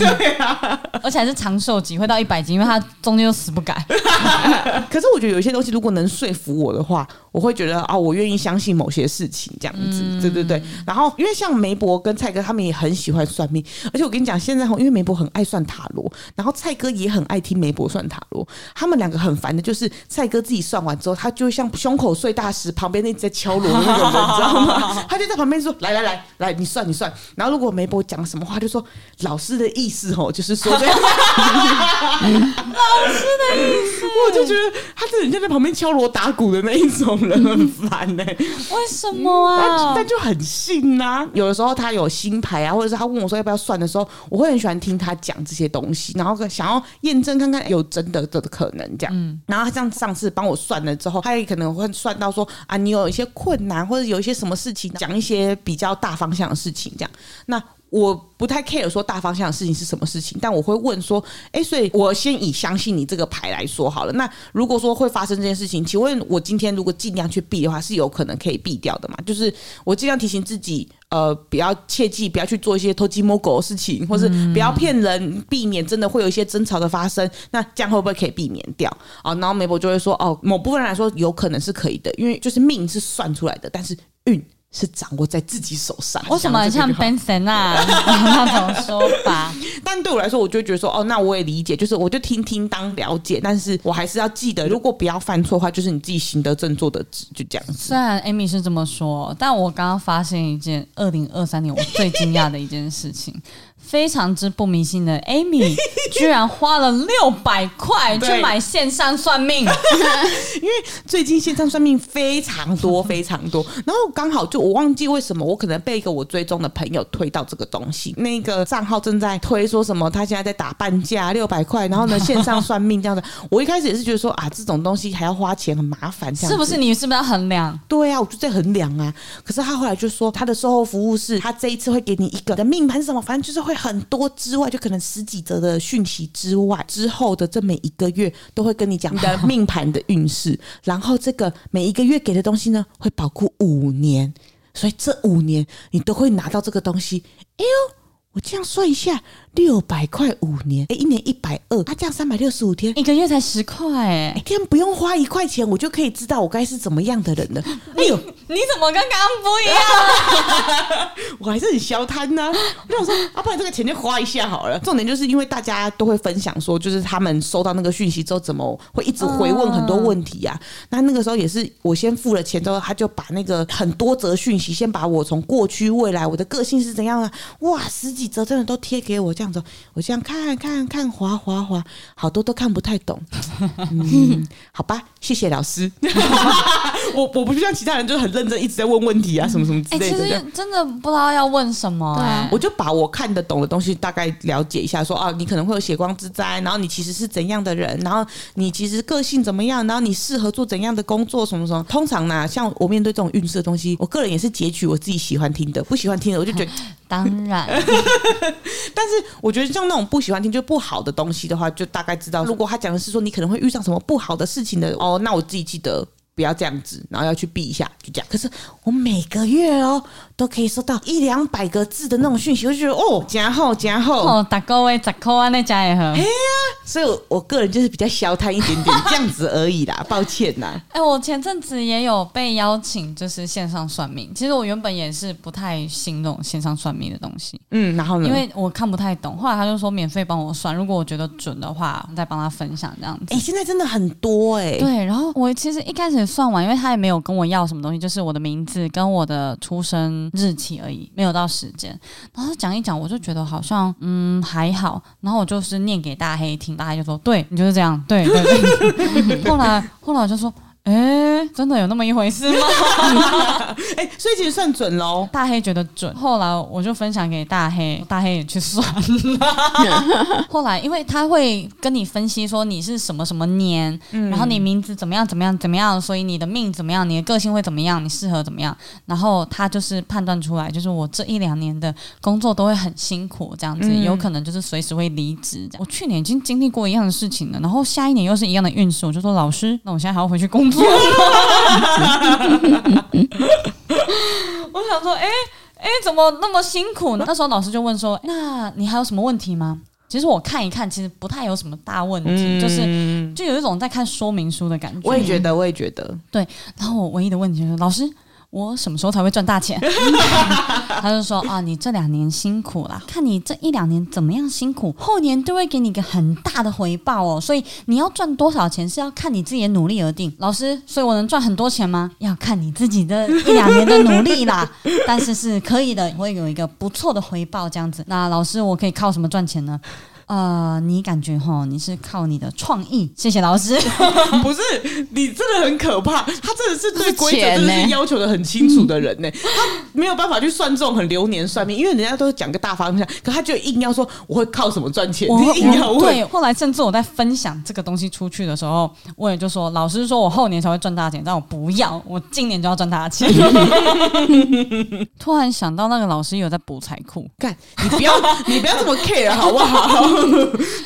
Speaker 1: 而且还是长寿级，会到一百级，因为她中间又死不改。
Speaker 2: 可是我觉得有一些东西，如果能说服我的话，我会觉得啊，我愿意相信某些事情这样子，对对对。然后因为像梅博跟蔡哥他们也很喜欢算命，而且我跟你讲，现在吼因为梅博很爱算塔罗，然后蔡哥也很爱听梅博算塔罗，他们两个很烦的就是蔡哥自己算完之后，他就会像胸口碎大石旁边那一直在敲锣的那种人，你知道吗？他就在旁边说来来来来，你算你算。然后如果梅博讲什么话，就说老师的意思吼，就是说这样。我就觉得他这人家在旁边敲锣打鼓的那一种人很烦呢、
Speaker 1: 为什么
Speaker 2: 但
Speaker 1: 啊？
Speaker 2: 但就很信啊呐、有的时候他有新牌啊，或者是他问我说要不要算的时候，我会很喜欢听他讲这些东西，然后想要验证看看有真的的可能这样。然后他像上次帮我算了之后，他也可能会算到说啊，你有一些困难或者有一些什么事情，讲一些比较大方向的事情这样。那我不太 care 说大方向的事情是什么事情，但我会问说，哎、所以我先以相信你这个牌来说好了。那如果说会发生这件事情，请问我今天如果尽量去避的话，是有可能可以避掉的嘛？就是我尽量提醒自己，呃，不要切记不要去做一些偷鸡摸狗的事情，或是
Speaker 1: 嗯
Speaker 2: 不要骗人，避免真的会有一些争吵的发生。那这样会不会可以避免掉啊？然后梅博就会说，哦，某部分来说有可能是可以的，因为就是命是算出来的，但是运。是掌握在自己手上，
Speaker 1: 为什么很
Speaker 2: 讲
Speaker 1: 像
Speaker 2: 这句话
Speaker 1: Benson 啊那种说法？
Speaker 2: 但对我来说，我就会觉得说，哦，那我也理解，就是我就听听当了解，但是我还是要记得，如果不要犯错的话，就是你自己行得正，坐得直，就这样子。
Speaker 1: 虽然 Amy 是这么说，但我刚刚发现一件二零二三年我最惊讶的一件事情，非常之不迷信的 Amy 居然花了六百块
Speaker 2: 对
Speaker 1: 去买线上算命，
Speaker 2: 最近线上算命非常 多，非常多，然后刚好就我忘记为什么，我可能被一个我追踪的朋友推到这个东西，那个账号正在推说什么，他现在在打半价六百块，然后呢线上算命这样子。我一开始也是觉得说啊，这种东西还要花钱，很麻烦，这样子
Speaker 1: 是不是？你是不是要衡量？
Speaker 2: 对啊，我就在衡量啊。可是他后来就说，他的售后服务是，他这一次会给你一个的命盘是什么，反正就是会很多之外，就可能十几则的讯息之外，之后的这每一个月都会跟你讲你的命盘的运势，然后这个每一个月给的东西呢，会保护五年，所以这五年你都会拿到这个东西。哎呦！我这样算一下，六百块五年，哎、一年一百二，他这样三百六十五天，
Speaker 1: 一个月才十块、欸，
Speaker 2: 哎、天不用花一块钱，我就可以知道我该是怎么样的人了。哎呦，
Speaker 1: 你怎么跟刚刚不一样？
Speaker 2: 我还是很消摊 呢、我想说，啊，不然这个钱就花一下好了。重点就是因为大家都会分享说，就是他们收到那个讯息之后，怎么会一直回问很多问题呀、那那个时候也是我先付了钱之后，他就把那个很多则讯息，先把我从过去、未来、我的个性是怎样啊，哇，十几则真的都贴给我，这样子，我这样看看看，划划划，好多都看不太 懂。嗯，好吧，谢谢老师。我我不像其他人，就是很认真一直在问问题啊，什么什么之
Speaker 1: 哎、
Speaker 2: 类
Speaker 1: 其
Speaker 2: 的。这样
Speaker 1: 实真的不知道要问什么、
Speaker 3: 对
Speaker 1: 哎
Speaker 3: 啊
Speaker 2: 我就把我看得懂的东西大概了解一下说啊，你可能会有血光之灾，然后你其实是怎样的人，然后你其实个性怎么样，然后你适合做怎样的工作，什么什么。通常呢、啊像我面对这种运势的东西，我个人也是截取我自己喜欢听的，不喜欢听的我就觉得，
Speaker 1: 当然，
Speaker 2: 但是我觉得像那种不喜欢听就不好的东西的话，就大概知道，如果他讲的是说你可能会遇上什么不好的事情的，哦，那我自己记得。不要这样子，然后要去避一下，就这样。可是我每个月哦都可以收到一两百个字的那种讯息，我就觉得哦，加厚加厚，
Speaker 1: 哦，打各位十块安那家也喝。
Speaker 2: 所以我，我个人就是比较消摊一点点，这样子而已 啦，抱歉啦。
Speaker 1: 哎、我前阵子也有被邀请，就是线上算命。其实我原本也是不太信那种线上算命的东西，
Speaker 2: 嗯，然后呢？
Speaker 1: 因为我看不太懂。后来他就说免费帮我算，如果我觉得准的话，再帮他分享这样子。
Speaker 2: 哎、现在真的很多哎、
Speaker 1: 对，然后我其实一开始算完，因为他也没有跟我要什么东西，就是我的名字跟我的出生日期而已，没有到时间。然后讲一讲，我就觉得好像嗯还好。然后我就是念给大黑听，大黑就说：“对你就是这样，对对对。”后来后来我就说：“诶，真的有那么一回事吗？”
Speaker 2: 哎、所以其实算准喽。
Speaker 1: 大黑觉得准，哦后来我就分享给大黑，大黑也去算 了。后来因为他会跟你分析说你是什么什么年，然后你名字怎么样怎么样怎么样，所以你的命怎么样，你的个性会怎么样，你适合怎么样。然后他就是判断出来，就是我这一两年的工作都会很辛苦，这样子、
Speaker 2: 嗯
Speaker 1: 有可能就是随时会离职这样。我去年已经经历过一样的事情了，然后下一年又是一样的运势，我就说老师，那我现在还要回去工作吗？ 我想说，哎、哎、怎么那么辛苦？那时候老师就问说，那你还有什么问题吗？其实我看一看，其实不太有什么大问题，就是
Speaker 2: 嗯
Speaker 1: 就有一种在看说明书的感觉。
Speaker 2: 我也觉得，我也觉得，
Speaker 1: 然后我唯一的问题就是，老师，我什么时候才会赚大钱？ 他就说啊，你这两年辛苦啦，看你这一两年怎么样辛苦，后年都会给你一个很大的回报哦。所以你要赚多少钱是要看你自己的努力而定。老师，所以我能赚很多钱吗？要看你自己的一两年的努力啦， 但是是可以的，会有一个不错的回报这样子。那老师，我可以靠什么赚钱呢？呃，你感觉哈，你是靠你的创意，谢谢老师。
Speaker 2: 不是你真的很可怕，他真的是对规则
Speaker 3: 这是钱
Speaker 2: 真
Speaker 3: 呢
Speaker 2: 的是要求的很清楚的人呢、他没有办法去算这种很流年算命，因为人家都讲个大方向，可他就硬要说我会靠什么赚钱，
Speaker 1: 我
Speaker 2: 硬要
Speaker 1: 我
Speaker 2: 问。
Speaker 1: 对，后来甚至我在分享这个东西出去的时候，我也就说，老师说我后年才会赚大钱，但我不要，我今年就要赚大钱。 突然想到那个老师有在补财库，
Speaker 2: 干，你不要，你不要这么 care 好不 好？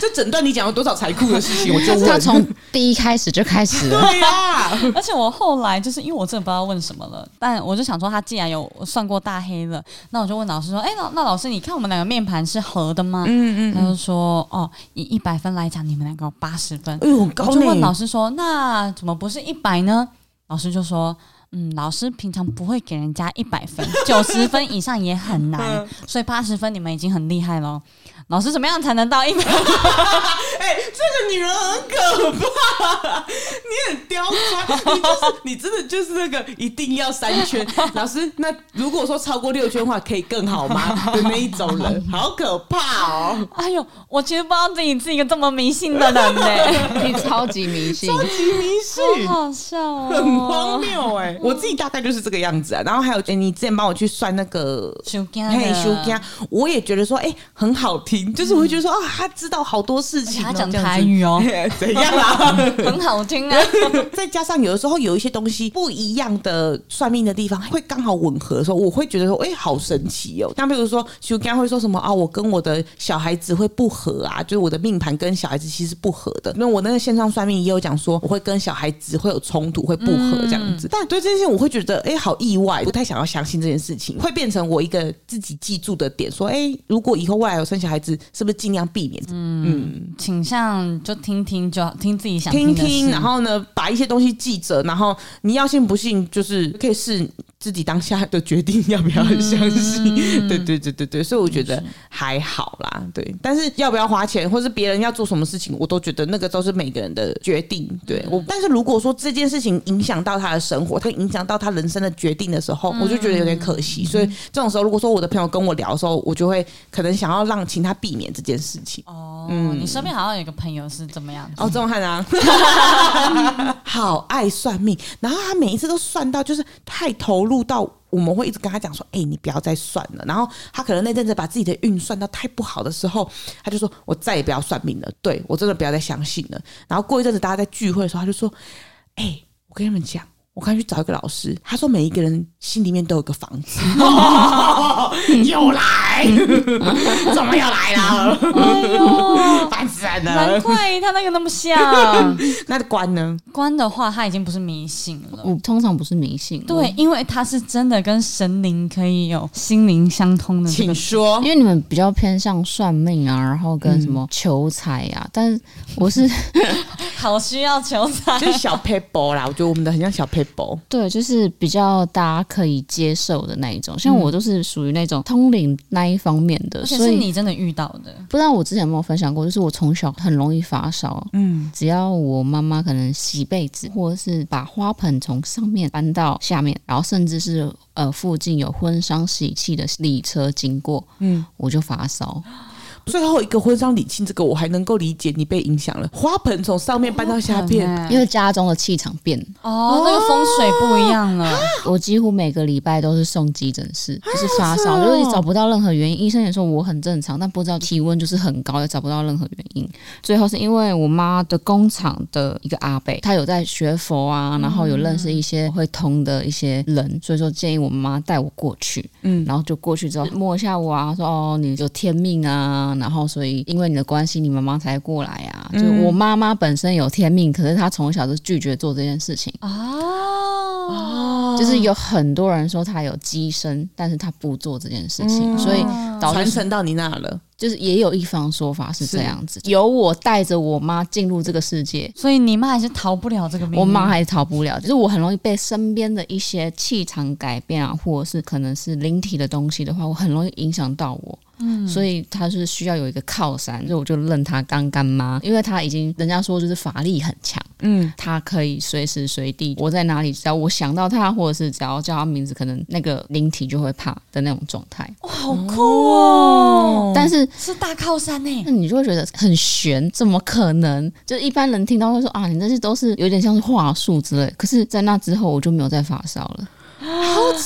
Speaker 2: 这整段你讲了多少财库的事情， 我就
Speaker 3: 但是
Speaker 2: 问。
Speaker 3: 他从第一开始就开始了，
Speaker 2: 对 呀、
Speaker 1: 而且我后来就是因为我真的不知道问什么了，但我就想说，他既然有算过大黑了，那我就问老师说，哎、那那老师，你看我们两个面盘是合的吗？
Speaker 2: 嗯
Speaker 1: 他就说，哦，以一百分来讲，你们两个八十分。
Speaker 2: 哎呦，很高
Speaker 1: 我
Speaker 2: 呢
Speaker 1: 就问老师说：“那怎么不是一百呢？”老师就说：“嗯，老师平常不会给人家一百 分，九十分以上也很
Speaker 2: 嗯
Speaker 1: 难，所以八十分你们已经很厉害了。老师怎么样才能到一百？
Speaker 2: 哎、这个女人很可怕，你很刁钻，你就是你真的就是那个一定要三 圈。老师，那如果说超过六圈的话，可以更好 吗？的那一种人，好可怕哦！
Speaker 1: 哎呦，我其实不知道自己是一个这么迷信的人呢、
Speaker 3: 你超级迷信，
Speaker 2: 极迷信。
Speaker 1: 好好笑
Speaker 2: 很荒
Speaker 1: 哦。”
Speaker 2: 谬哎、哦我自己大概就是这个样子啊。然后还有，哎、你之前帮我去算那个
Speaker 1: 修家的
Speaker 2: 嘿修家，我也觉得说，哎、很好听，就是我会觉得说，啊，他知道好多事
Speaker 1: 而
Speaker 2: 情
Speaker 1: 且
Speaker 2: 哦、
Speaker 1: 他讲
Speaker 2: 这样子
Speaker 1: 台，语 哦，
Speaker 2: 怎样啦？
Speaker 1: 很好听 啊。
Speaker 2: 再加上有的时候有一些东西不一样的算命的地方会刚好吻合的时候，我会觉得说，哎、好神奇哦。像比如说，修刚会说什么啊，我跟我的小孩子会不合啊，就是我的命盘跟小孩子其实不合的。那我那个线上算命也有讲说，我会跟小孩子会有冲突，会不合这样子。但对这件事情，我会觉得，哎、好意外，不太想要相信这件事情，会变成我一个自己记住的点，说，哎、如果以后未来有生小孩子，是不是尽量避免？嗯
Speaker 1: 倾向就听听就好，听自己想
Speaker 2: 听
Speaker 1: 的事
Speaker 2: 听，然后呢，把一些东西记着，然后你要信不信，就是可以是自己当下的决定要不要相信。
Speaker 1: 嗯
Speaker 2: 对对对对对，所以我觉得还好啦，对。但是要不要花钱，或是别人要做什么事情，我都觉得那个都是每个人的决定。对
Speaker 1: 嗯
Speaker 2: 我，但是如果说这件事情影响到他的生活，他影响到他人生的决定的时候，
Speaker 1: 嗯
Speaker 2: 我就觉得有点可惜。所以这种时候，如果说我的朋友跟我聊的时候，我就会可能想要让请他避免这件事情。
Speaker 1: 哦，你身边好像有一个朋友是怎么样？
Speaker 2: 嗯哦，郑汉啊， 好爱算命，然后他每一次都算到就是太投入到。我们会一直跟他讲说：“哎、你不要再算了。”然后他可能那阵子把自己的运算到太不好的时候，他就说：“我再也不要算命了，对我真的不要再相信了。”然后过一阵子大家在聚会的时候，他就说：“哎、我跟你们讲，我刚才去找一个老师，他说每一个人心里面都有个房 子。嗯又 来，怎么又来了？
Speaker 1: 哎呦，
Speaker 2: 烦死人
Speaker 1: 难
Speaker 2: 了！
Speaker 1: 怪他那个那么 像。
Speaker 2: 那关呢？
Speaker 1: 关的话，他已经不是迷信了。
Speaker 3: 我通常不是迷信，
Speaker 1: 对，，因为他是真的跟神灵可以有心灵相通的这个。
Speaker 2: 请说
Speaker 3: 因。为你们比较偏向算命啊，然后
Speaker 1: 嗯
Speaker 3: 跟什么求财啊，但是我 是
Speaker 1: 好需要求财，
Speaker 2: 就是小 paper 啦，我觉得我们的很像小 paper，
Speaker 3: 对，就是比较大家可以接受的那一种，像我都是属于那种通灵那一方面的，
Speaker 1: 嗯而且
Speaker 3: 所
Speaker 1: 是
Speaker 3: 以
Speaker 1: 你真的遇到的。
Speaker 3: 不知道我之前有没有分享过，就是我从小很容易发烧，
Speaker 2: 嗯，
Speaker 3: 只要我妈妈可能洗被子，或者是把花盆从上面搬到下面，然后甚至是呃附近有婚丧喜庆的礼车经过，嗯，我就发烧。
Speaker 1: 哎
Speaker 2: 最后一个婚丧礼庆这个我还能够理解你被影响了，花盆从上面搬到下面，
Speaker 3: 因为家中的气场变，
Speaker 1: 哦，那个风水不一样了。
Speaker 3: 我几乎每个礼拜都是送急诊室，就是发烧，就是找不到任何原因。医生也说我很正常，但不知道体温就是很高，也找不到任何原因。最后是因为我妈的工厂的一个阿伯，他有在学佛啊，然后有认识一些会通的一些人，所以说建议我妈带我过去。嗯，然后就过去之后摸一下我啊，说哦你有天命啊，样，然后所以因为你的关系，你妈妈才过来啊。就我妈妈本身有天命，可是她从小就拒绝做这件事情。
Speaker 1: 哦，
Speaker 3: 就是有很多人说她有机身，但是她不做这件事情，所以
Speaker 1: 哦
Speaker 3: 导
Speaker 2: 传
Speaker 3: 致
Speaker 2: 承到你那了，
Speaker 3: 就是也有一方说法是这样子，由我带着我妈进入这个世界，
Speaker 1: 所以你妈还是逃不了这个命运。
Speaker 3: 我妈还是逃不了，就是我很容易被身边的一些气场改变啊，或者是可能是灵体的东西的话，我很容易影响到我。嗯，所以她是需要有一个靠山，所以我就认她当干妈，因为她已经人家说就是法力很强，
Speaker 2: 嗯，
Speaker 3: 她可以随时随地我在哪里，只要我想到她，或者是只要叫她名字，可能那个灵体就会怕的那种状态。
Speaker 1: 哇，好酷哦！
Speaker 3: 但是
Speaker 1: 是大靠山欸呢、
Speaker 3: 那你就会觉得很悬，怎么可能？就是一般人听到会说啊，你这些都是有点像是话术之类。可是，在那之后，我就没有再发烧了。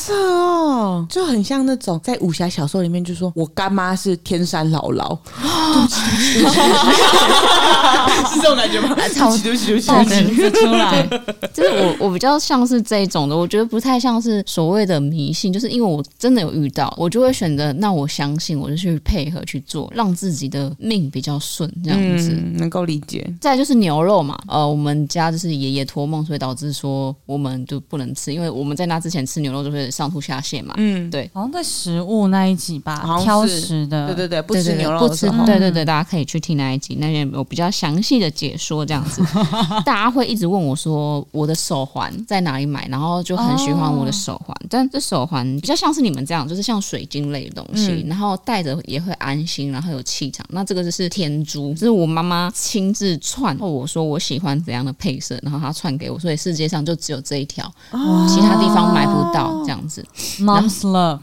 Speaker 2: 这哦，就很像那种在武侠小说里面就说我干妈是天山姥姥，对不起，对不起是这种感 觉吗？
Speaker 3: 操
Speaker 2: 对不起，对不起，对
Speaker 3: 爆
Speaker 2: 不起，
Speaker 3: 名字出来，就是我我比较像是这种的，我觉得不太像是所谓的迷信，就是因为我真的有遇到，我就会选择那我相信，我就去配合去做，让自己的命比较顺这样子。
Speaker 2: 嗯，能够理解。
Speaker 3: 再来就是牛肉嘛，呃，我们家就是爷爷托梦，所以导致说我们就不能吃，因为我们在那之前吃牛肉就会上吐下泻嘛。
Speaker 2: 嗯，
Speaker 3: 对，
Speaker 1: 好像在食物那一集
Speaker 2: 好
Speaker 1: 吧，
Speaker 2: 像
Speaker 1: 挑
Speaker 2: 是
Speaker 1: 食的，
Speaker 2: 对对对，不
Speaker 3: 对
Speaker 2: 吃
Speaker 3: 对对
Speaker 2: 牛肉
Speaker 3: 不
Speaker 2: 的
Speaker 3: 吃
Speaker 2: 时候，，哦嗯
Speaker 3: 对对对，大家可以去听那一集，那边有比较详细的解说这样 子。大家会一直问我说我的手环在哪里买，然后就很喜欢我的手
Speaker 2: 嗯
Speaker 3: 环，但这手环比较像是你们这样，就是像水晶类的东西，
Speaker 2: 嗯
Speaker 3: 然后戴着也会安心，然后有气场。那这个就是天珠，这是我妈妈亲自串，后我说我喜欢怎样的配色，然后她串给我，所以世界上就只有这一条，其他地方买不到这样子。
Speaker 1: m o m s love，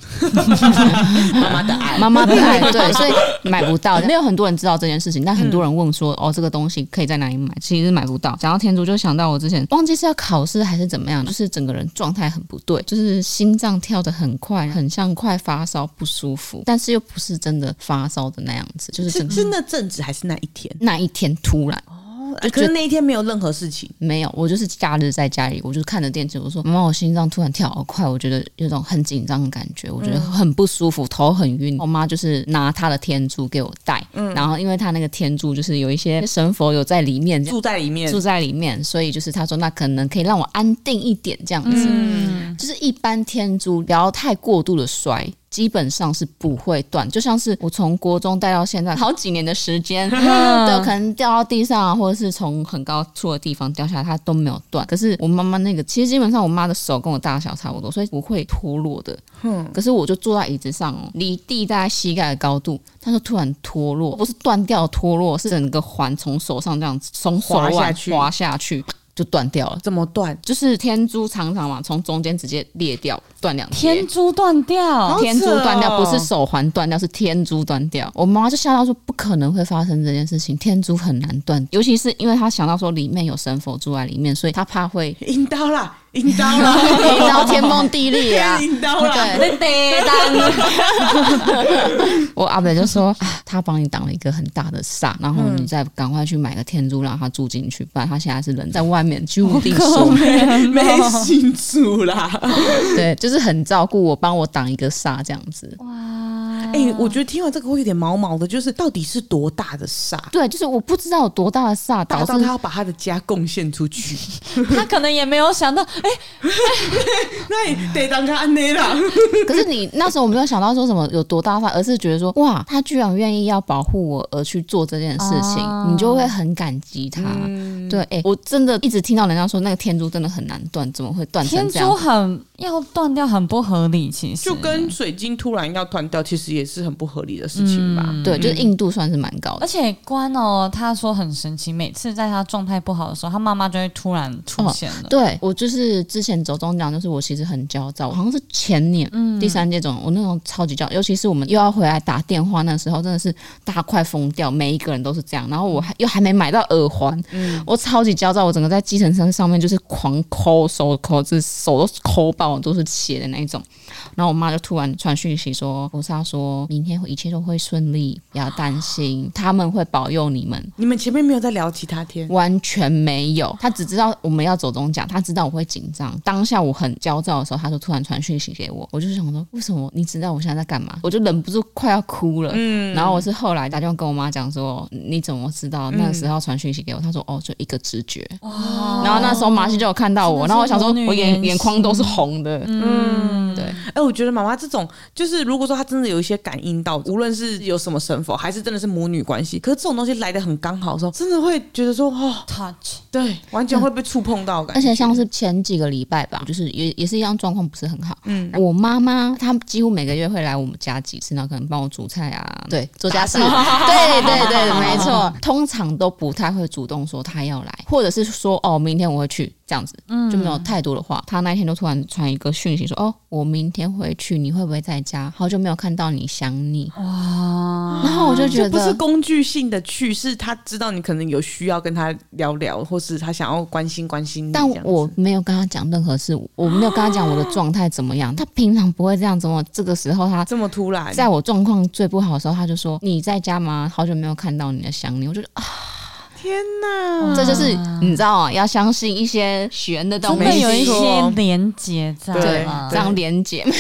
Speaker 2: 妈妈的爱，
Speaker 3: 妈妈的爱，对，所以买不到，没有很多人知道这件事情。但很多人问说，哦，这个东西可以在哪里买？其实买不到。讲到天竺，就想到我之前忘记是要考试还是怎么样，就是整个人状态很不对，就是心脏跳得很快，很像快发烧不舒服，但是又不是真的发烧的那样子， 就是整
Speaker 2: 是是
Speaker 3: 个
Speaker 2: 那阵子还是那一天？
Speaker 3: 那一天突然。就
Speaker 2: 可是那一天没有任何事情，
Speaker 3: 没有，我就是假日在家里，我就看着电视，我说妈妈，我心脏突然跳好快，我觉得有种很紧张的感觉，我觉得很不舒服，头很晕。我妈就是拿她的天珠给我戴，然后因为她那个天珠就是有一些神佛有在里面。
Speaker 2: 住在里面
Speaker 3: 住，在里面，所以就是她说，那可能可以让我安定一点这样子。就是一般天珠不要太过度的摔，基本上是不会断。就像是我从国中戴到现在好几年的时间，都可能掉到地上啊，或者是从很高处的地方掉下来，它都没有断。可是我妈妈那个，其实基本上我妈的手跟我大小差不多，所以不会脱落的。可是我就坐在椅子上哦，离地大概膝盖的高度，它就突然脱落，不是断掉的脱落，是整个环从手上这样子从手
Speaker 2: 滑
Speaker 3: 腕
Speaker 2: 下去
Speaker 3: 滑下去就断掉了。
Speaker 2: 怎么 断？
Speaker 3: 就是天珠长长嘛，从中间直接裂掉，断两截
Speaker 1: 天珠断掉
Speaker 2: 好扯哦
Speaker 3: 天珠断掉，不是手环断掉，是天珠断掉。我妈就吓到说，不可能会发生这件事情，天珠很难断，尤其是因为她想到说里面有神佛住在里面，所以她怕 会
Speaker 2: 阴刀啦，阴刀啦，。
Speaker 3: 黑到天崩地裂 啊
Speaker 2: 阴刀啦，
Speaker 3: 对，我阿北就说 啊，他帮你挡了一个很大的煞，然后你再赶快去买个天珠让他住进去，不然他现在是人在外面居无定所。
Speaker 2: 没心住啦。
Speaker 3: 对，就是很照顾我，帮我挡一个煞这样子。
Speaker 1: 哇！
Speaker 2: 哎、我觉得听完这个会有点毛毛的，就是到底是多大的煞，
Speaker 3: 对，就是我不知道有多大的煞
Speaker 2: 大
Speaker 3: 导
Speaker 2: 到
Speaker 3: 致
Speaker 2: 他要把他的家贡献出去，
Speaker 1: 他可能也没有想到，哎、
Speaker 2: 那也得当他安内 啦。
Speaker 3: 可是你那时候我没有想到说什么有多大发，而是觉得说哇，他居然愿意要保护我而去做这件事情，
Speaker 1: 哦
Speaker 3: 你就会很感激他。对，哎、我真的一直听到人家说那个天珠真的很难断，怎么会断成
Speaker 1: 天
Speaker 3: 这样
Speaker 1: 珠？很要断掉，很不合理。其实
Speaker 2: 就跟水晶突然要断掉，其实也是很不合理的事情吧？
Speaker 3: 对，就是硬度算是蛮高的
Speaker 1: 而。且关哦，他说很神奇，每次在他状态不好的时候，他妈妈就会突然出现了。
Speaker 3: 对我就是之前走中奖，就是我其实很焦躁，我好像是前年、第三届总，我那种超级焦，尤其是我们又要回来打电话那时候，真的是大家快疯掉，每一个人都是这样。然后我还又还没买到耳环，我我超级焦躁，我整个在计程车上面就是狂抠手抠，这手都抠爆，都是血的那一种。然后我妈就突然传讯息说：“菩萨说明天一切都会顺利，不要担心，他们会保佑你们。”
Speaker 2: 你们前面没有在聊其他天，
Speaker 3: 完全没有，他只知道我们要走中奖，他知道我会紧张。当下我很焦躁的时候，他就突然传讯息给我，我就想说，为什么你知道我现在在干嘛？我就忍不住快要哭了。嗯，然后我是后来打电话跟我妈讲说，嗯你怎么知
Speaker 1: 嗯
Speaker 3: 道？那时候传讯息给我，她说哦，就一个直觉。
Speaker 1: 哇
Speaker 3: 然后那时候马戏就有看到我，
Speaker 1: 哦真的是
Speaker 3: 然后我想说
Speaker 1: 魔女，
Speaker 3: 我眼
Speaker 1: 原
Speaker 3: 眼眶都是红的。
Speaker 1: 嗯，
Speaker 3: 对，
Speaker 2: 哎、我觉得妈妈这种，就是如果说她真的有一些感应到，无论是有什么神佛，还是真的是母女关系，可是这种东西来的很刚好的时候，真的会觉得说，哦，
Speaker 1: touch，
Speaker 2: 对，完
Speaker 3: 嗯
Speaker 2: 全会被触碰到的感
Speaker 3: 而
Speaker 2: 觉。
Speaker 3: 且像是前几个礼拜吧，就是也也是一样状况不是很好。
Speaker 2: 嗯
Speaker 3: 嗯，我妈妈她几乎每个月会来我们家几次，然后可能帮我煮菜啊，对，做家事，对对对，没错。通常都不太会主动说她要来，或者是说哦，明天我会去这样子，就没有太多的话。她那一天就突然传一个讯息说哦，我明天回去，你会不会在家？好久没有看到你，想你。
Speaker 1: 哇，
Speaker 3: 然后我就觉
Speaker 2: 就不
Speaker 3: 得
Speaker 2: 是工具性的去，是她知道你可能有需要跟她聊聊，或是她想要关心关心你嗯这
Speaker 3: 但
Speaker 2: 样子。
Speaker 3: 我没有跟他讲任何事，我没有跟他讲我的状态怎么样。他平常不会这样，怎么这个时候他
Speaker 2: 这么突然，
Speaker 3: 在我状况最不好的时候，他就说：“你在家吗？好久没有看到你了，想你。”我就觉得，啊
Speaker 2: 天哪！
Speaker 3: 这就是你知道啊，要相信一些玄的
Speaker 1: 真
Speaker 3: 东
Speaker 1: 的
Speaker 3: 西，
Speaker 1: 有一
Speaker 2: 没
Speaker 1: 些
Speaker 2: 错
Speaker 1: 连结
Speaker 2: 对
Speaker 1: 在啦
Speaker 3: 这，样连 接。
Speaker 1: 也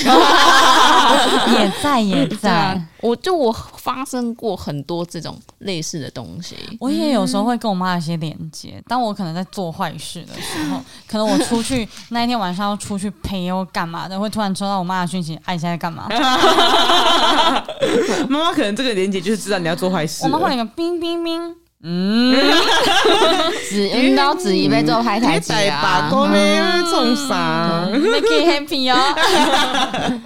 Speaker 1: 在也
Speaker 3: 对
Speaker 1: 在
Speaker 3: 啊。，我就我发生过很多这种类似的东西。
Speaker 1: 我也有时候会跟我妈有些连接，当我可能在做坏事的时 候，可能我出去那一天晚上要出去陪我干嘛的，会突然收到我妈的讯息，哎，你现在干嘛？
Speaker 2: 妈妈可能这个连姐就是知道你要做坏事
Speaker 1: 我
Speaker 2: 了，
Speaker 1: 妈会有一个冰冰冰，嗯，
Speaker 3: 子云刀子怡被
Speaker 2: 嗯
Speaker 3: 做拍台机啊，
Speaker 2: 公妹冲啥？
Speaker 1: 那可以 happy 哦。
Speaker 3: 啊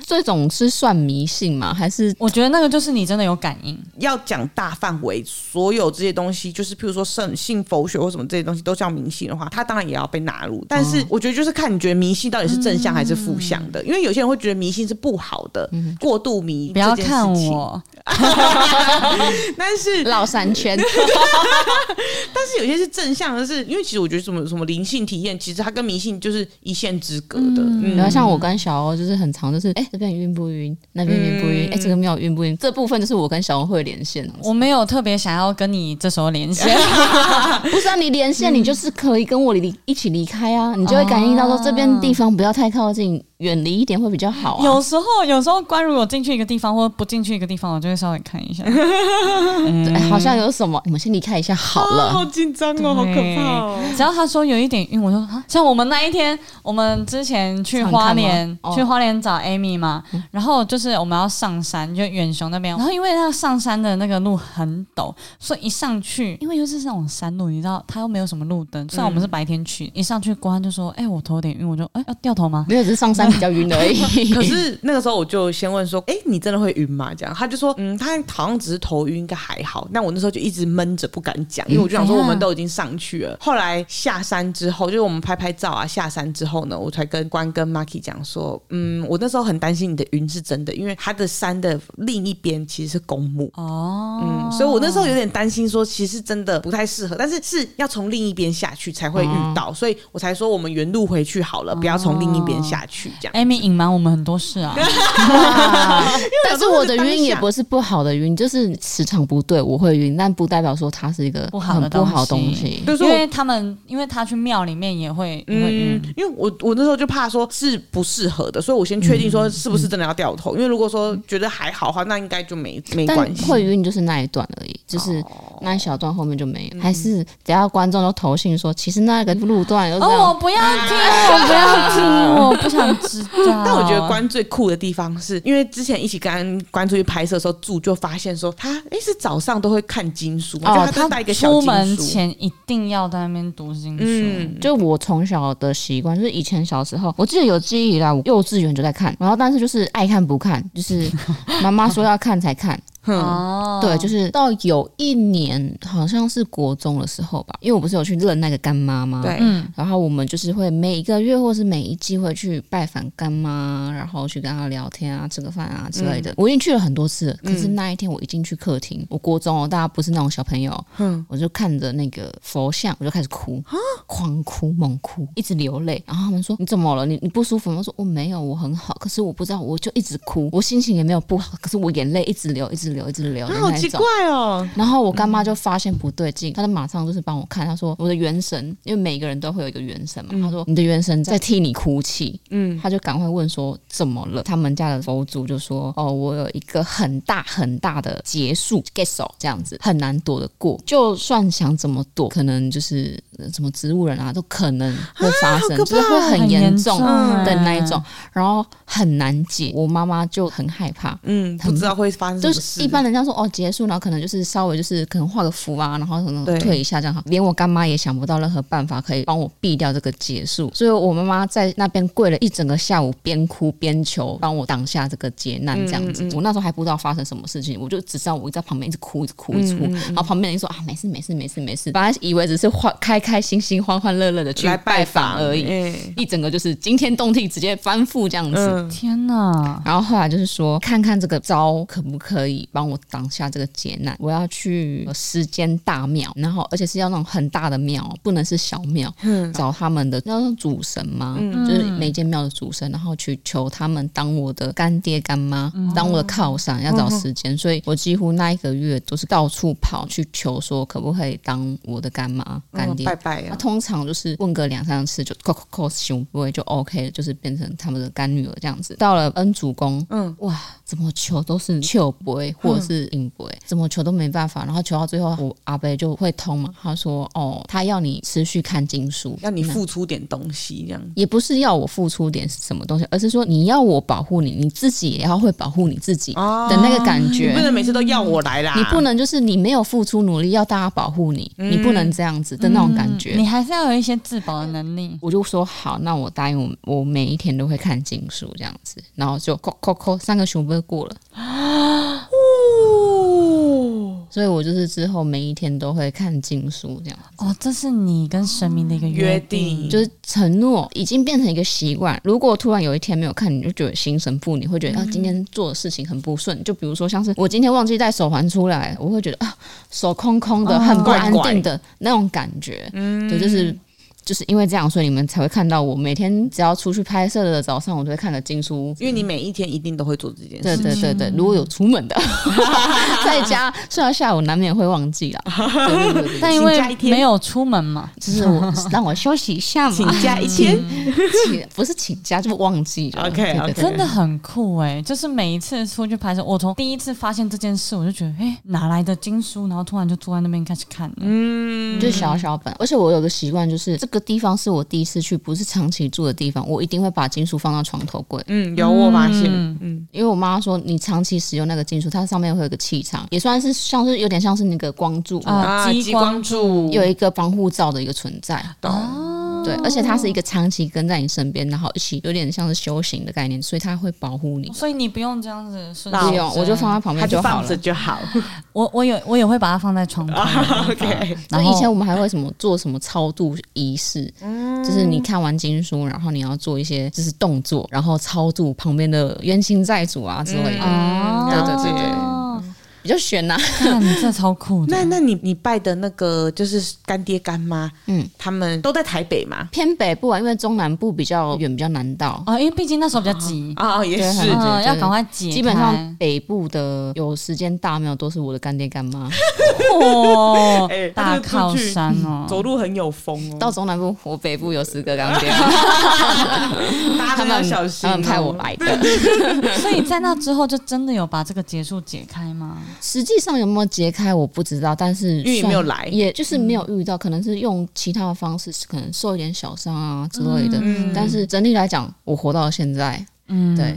Speaker 3: 这种是算迷信吗？还是
Speaker 1: 我觉得那个就是你真的有感应，
Speaker 2: 要讲大范围，所有这些东西，就是譬如说圣信佛学或什么这些东西都叫迷信的话，它当然也要被纳入。但
Speaker 3: 嗯
Speaker 2: 是我觉得就是看你觉得迷信到底是正向还是负向的，因为有些人会觉得迷信是不好的，过度迷
Speaker 1: 不要
Speaker 2: 这件事
Speaker 1: 看
Speaker 2: 情。
Speaker 1: 我，
Speaker 2: 但 是
Speaker 3: 绕三圈？
Speaker 2: 但是有些是正向的是，因为其实我觉得什么什么灵性体验，其实它跟迷信就是一线之隔的。嗯
Speaker 3: 然后像我跟小欧就是很常，就是哎、这边晕不晕，那边晕不晕，
Speaker 1: 嗯
Speaker 3: 哎、这个庙晕不晕，这部分就是我跟小欧会连线。
Speaker 1: 我没有特别想要跟你这时候连 线，
Speaker 3: 不是啊，你连
Speaker 1: 嗯
Speaker 3: 线，你就是可以跟我离一起离开
Speaker 1: 哦
Speaker 3: 啊，你就会感应到说这边地方不要太靠近，远离一点会比较好啊。
Speaker 1: 有时候有时候关如果进去一个地方或者不进去一个地方，我就会稍微看一下。
Speaker 3: 对哎好像有什么，我们先离开一下好
Speaker 2: 啊好
Speaker 3: 了。
Speaker 2: 紧张哦，好可怕哦。
Speaker 1: 只要他说有一点晕，我就啊，像我们那一天，我们之前去花莲
Speaker 3: 常看吗，哦
Speaker 1: 去花莲找 Amy 嘛，
Speaker 2: 嗯
Speaker 1: 然后就是我们要上山，就远雄那边，然后因为那上山的那个路很陡，所以一上去，因为又是那种山路，你知道，它又没有什么路灯，虽然我们是白天去，一上去国安就说，哎、我头有点晕，我就哎、要掉头吗？
Speaker 3: 没有，只是上山比较晕 而已。
Speaker 2: 可是那个时候我就先问说：“哎、你真的会晕吗？”这样，他就说：“嗯，他好像只是头晕，应该还好。”那我那时候就一直闷着不敢讲，因为我就想说
Speaker 1: 嗯
Speaker 2: 我们都已经上去了。后来下山之后，就是我们拍拍照啊，下山之后呢，我才跟关跟 Marky 讲说：“嗯，我那时候很担心你的晕是真的，因为它的山的另一边其实是公墓。”
Speaker 1: 哦，
Speaker 2: 嗯，所以我那时候有点担心，说其实真的不太适合，但是是要从另一边下去才会遇
Speaker 1: 哦
Speaker 2: 到，所以我才说我们原路回去好了，不要从另一边下去这样。
Speaker 1: Amy 隐瞒我们很多事啊，
Speaker 3: 但是我的晕也不是不好的晕，就是磁场不对，我会晕，但不代表说它是一个
Speaker 1: 不好的
Speaker 3: 很不好
Speaker 1: 东西
Speaker 3: 东西。
Speaker 2: 就是
Speaker 1: 因
Speaker 2: 我
Speaker 1: 为他们，因为他去庙里面也会也会晕。
Speaker 2: 嗯，因为我我那时候就怕说是不适合的，所以我先确定
Speaker 3: 嗯
Speaker 2: 说是不是真的要掉头。因为如果说觉得还好的话，那应该就没没
Speaker 3: 但
Speaker 2: 关系。
Speaker 3: 会晕就是那一段而已，就是那一小段后面就没有。还是等下观众都投信说，其实那个路段都这
Speaker 1: 哦，我
Speaker 3: 样。
Speaker 1: 不要听，我不要听，我不想知道。
Speaker 2: 但我
Speaker 3: 啊
Speaker 2: 觉得关最酷的地方是，因为之前一起跟关出去拍摄的时候，住就发现说他诶是早上都会看经书嘛，
Speaker 3: 哦
Speaker 2: 就他都带一个小
Speaker 1: 出
Speaker 2: 经
Speaker 1: 门
Speaker 2: 书。
Speaker 1: 前一定要在那边读经书。
Speaker 2: 嗯，
Speaker 3: 就我从小的习惯，就是以前小时候，我记得有记 忆以来，我幼稚园就在看，然后但是就是爱看不看，就是妈妈说要看才看，
Speaker 2: 嗯，
Speaker 1: 哦，
Speaker 3: 对，就是到有一年好像是国中的时候吧，因为我不是有去认那个干妈吗？
Speaker 2: 对。
Speaker 1: 嗯，
Speaker 3: 然后我们就是会每一个月或是每一季会去拜访干妈，然后去跟她聊天啊、吃个饭啊之
Speaker 2: 嗯
Speaker 3: 类的。我已经去了很多次了，可是那一天我一进去客厅，我国中哦，大家不是那种小朋友，
Speaker 2: 嗯
Speaker 3: 我就看着那个佛像，我就开始哭，狂哭猛哭，一直流泪。然后他们说你怎么了？你你不舒服吗？我说我没有，我很好。可是我不知道，我就一直哭，我心情也没有不好，可是我眼泪一直流，一直流，一直流的
Speaker 2: 啊，
Speaker 3: 那
Speaker 2: 好
Speaker 3: 一
Speaker 2: 奇
Speaker 3: 种
Speaker 2: 怪。哦，
Speaker 3: 然后我干妈就发现不对劲，她就马上就是帮我看，她说我的元神，因为每个人都会有一个元神嘛，她说你的元嗯神在替你哭泣，
Speaker 2: 嗯，
Speaker 3: 她就赶快问说怎么了？他们家的佛祖就说哦，我有一个很大很大的结束 get so 这样子很难躲得过，就算想怎么躲，可能就是呃什么植物人啊都可能会发生，
Speaker 2: 好可怕
Speaker 3: 就是会很严
Speaker 1: 严
Speaker 3: 重
Speaker 2: 嗯
Speaker 3: 的那一种，，然后很难解，我妈妈就很害怕，
Speaker 2: 嗯，不知道会发生什
Speaker 3: 就
Speaker 2: 么
Speaker 3: 是
Speaker 2: 事。
Speaker 3: 一般人家说哦结束，然后可能就是稍微就是可能画个符啊，然后可能
Speaker 2: 对
Speaker 3: 退一下这样，连我干妈也想不到任何办法可以帮我避掉这个结束，所以我妈妈在那边跪了一整个下午，边哭边求帮我挡下这个劫难这样
Speaker 2: 嗯
Speaker 3: 子。我那时候还不知道发生什么事情，我就只知道我在旁边一直哭，一直哭，一直哭，
Speaker 2: 嗯
Speaker 3: 然后旁边人就说啊没事没事没事没事，本来以为只是欢开开心心、欢欢乐乐的去
Speaker 2: 来
Speaker 3: 拜
Speaker 2: 访
Speaker 3: 访而已，
Speaker 2: 哎
Speaker 3: 一整个就是惊天动地，直接翻覆这样子。
Speaker 2: 嗯，
Speaker 1: 天哪，
Speaker 3: 然后后来就是说，看看这个招可不可以帮我挡下这个劫难。我要去呃十间大庙，然后而且是要那种很大的庙，哦不能是小庙，找他们的那种主神嘛，就是每间庙的主神，然后去求他们当我的干爹干妈，当我的靠山，要找时间。所以我几乎那一个月都是到处跑去求，说可不可以当我的干妈干哦爹
Speaker 2: 拜拜
Speaker 3: 那
Speaker 2: 啊，
Speaker 3: 通常就是问个两三次就 c o c o 胸不会就 OK 了，就是变成他们的干女儿这样子。到了恩主公，
Speaker 2: 嗯
Speaker 3: 嗯，哇，怎么求都是求不会或者是硬不会，
Speaker 2: 嗯
Speaker 3: 怎么求都没办法。然后求到最后，我阿伯就会通嘛，他说哦，他要你持续看经书，
Speaker 2: 要你
Speaker 3: 那
Speaker 2: 付出点东西这样。
Speaker 3: 也不是要我付出点什么东西，而是说你要我保护你，你自己也要会保护你自己的
Speaker 2: 哦
Speaker 3: 那个感觉。
Speaker 2: 你不能每次都要我来啦，
Speaker 3: 嗯你不能就是你没有付出努力，要大家保护你，
Speaker 2: 嗯
Speaker 3: 你不能这样子的那种感觉。
Speaker 1: 你还是要有一些自保的能力。
Speaker 3: 我就说好，那我答应我，我每一天都会看经书这样子，然后就扣扣扣三个熊杯过了，
Speaker 2: 哦，
Speaker 3: 所以我就是之后每一天都会看经书这样，
Speaker 1: 哦，这是你跟神明的一个
Speaker 2: 约
Speaker 1: 定，
Speaker 2: 定
Speaker 3: 就是承诺已经变成一个习惯。如果突然有一天没有看，你就觉得心神不宁，会觉得啊今
Speaker 2: 嗯
Speaker 3: 天做的事情很不顺。就比如说像是我今天忘记带手环出来，我会觉得啊手空空的，
Speaker 1: 哦
Speaker 3: 很不安
Speaker 2: 怪怪嗯
Speaker 3: 定的那种感觉，对，就是。就是因为这样，所以你们才会看到我每天只要出去拍摄的早上，我都会看个经书
Speaker 2: 因为你每一天一定都会做这件
Speaker 3: 对
Speaker 2: 事。
Speaker 3: 对对对，如果有出 门的，在家虽然下午难免会忘记啦， 对对对对
Speaker 1: 但因
Speaker 2: 请
Speaker 1: 为
Speaker 2: 假一天
Speaker 1: 没有出门嘛，
Speaker 3: 就是我让我休息一下
Speaker 2: 请
Speaker 3: 嘛，
Speaker 2: 假一天，
Speaker 3: 请不是请假就忘记了。
Speaker 2: OK，
Speaker 3: 对对
Speaker 2: OK
Speaker 3: 对
Speaker 1: 真的很酷哎、就是每一次出去拍摄，我从第一次发现这件事，我就觉得哎、哪来的经书？然后突然就坐在那边开始看了。
Speaker 2: 嗯，
Speaker 3: 就是小小本，而且我有个习惯，就是这个地方是我第一次去，不是长期住的地方，我一定会把金属放到床头柜。
Speaker 2: 嗯，有我发现，
Speaker 1: 嗯
Speaker 2: 嗯，
Speaker 3: 因为我妈说，你长期使用那个金属，它上面会有一个气场，也算是像是有点像是那个光柱，
Speaker 1: 啊激光
Speaker 2: 柱
Speaker 3: 有一个防护罩的一个存在。
Speaker 2: 懂，
Speaker 3: 对，而且它是一个长期跟在你身边，然后一起有点像是修行的概念，所以它会保护你。
Speaker 1: 所以你不用这样子顺
Speaker 2: 那
Speaker 1: 手
Speaker 3: 不用，我就放在旁
Speaker 2: 嗯它
Speaker 3: 边
Speaker 2: 就
Speaker 3: 就好
Speaker 2: 放
Speaker 3: 了
Speaker 2: 着。就好。
Speaker 1: 我我有我也会把它放在 床头。
Speaker 2: 哦 OK，
Speaker 1: 然
Speaker 3: 那
Speaker 1: 后
Speaker 3: 以前我们还会什么做什么超度仪式，
Speaker 2: 嗯
Speaker 3: 就是你看完经书，然后你要做一些就是动作，然后超度旁边的冤亲债主啊之类的，
Speaker 1: 哦，
Speaker 2: 嗯
Speaker 3: 对对对
Speaker 2: 对
Speaker 3: 比较悬呐、
Speaker 1: 看你这超酷的。
Speaker 2: 那那你你拜的那个就是干爹干妈，嗯
Speaker 3: 嗯，
Speaker 2: 他们都在台北嘛？
Speaker 3: 偏北部啊，因为中南部比较远，比较难到。
Speaker 1: 哦，因为毕竟那时候比较急，
Speaker 2: 啊、哦，也
Speaker 3: 对
Speaker 2: 是
Speaker 3: 很
Speaker 1: 嗯，
Speaker 3: 对
Speaker 1: 要赶快解开。
Speaker 3: 基本上北部的有时间大庙都是我的干爹干妈，
Speaker 1: 哦
Speaker 2: 哎，
Speaker 1: 大
Speaker 2: 他这个
Speaker 1: 靠
Speaker 2: 出去
Speaker 1: 山哦，
Speaker 2: 走路很有风哦，
Speaker 3: 到中南部我北部有十个干爹，
Speaker 2: 大家
Speaker 3: 他
Speaker 2: 真的要
Speaker 3: 们
Speaker 2: 小心、哦
Speaker 3: 他们派我。来的。
Speaker 1: 所以在那之后就真的有把这个结束解开吗？
Speaker 3: 实际上有没有解开我不知道，但是
Speaker 2: 因为
Speaker 3: 算
Speaker 2: 没有来
Speaker 3: 也就是没有遇到，可能是用其他的方式，可能受一点小伤啊之类的。
Speaker 2: 嗯
Speaker 3: 但是整体来讲，我活到现在，
Speaker 1: 嗯，
Speaker 3: 对，，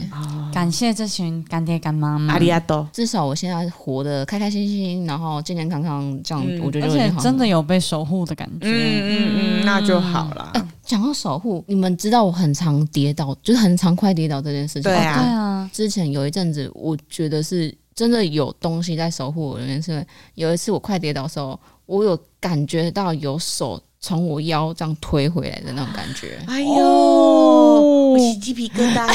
Speaker 1: 感谢这群干爹干妈们
Speaker 2: 阿里，亚多，
Speaker 3: 至少我现在活得开开心心，然后健健康康，这样、
Speaker 2: 嗯
Speaker 3: 我觉得
Speaker 1: 而
Speaker 3: 就已经
Speaker 1: 且
Speaker 3: 好了
Speaker 1: 真的。有被守护的感觉。
Speaker 2: 嗯嗯嗯，那就好啦。
Speaker 3: 讲到守护，你们知道我很常跌倒，就是很常快跌倒这件事情。
Speaker 2: 对
Speaker 3: 哦
Speaker 2: 啊
Speaker 1: 对啊，
Speaker 3: 之前有一阵子，我觉得是真的有东西在守护我的原因是因为有一次我快跌倒的时候，我有感觉到有手从我腰这样推回来的那种感 觉。
Speaker 2: 哎
Speaker 1: 哦
Speaker 2: 我起鸡皮疙 瘩。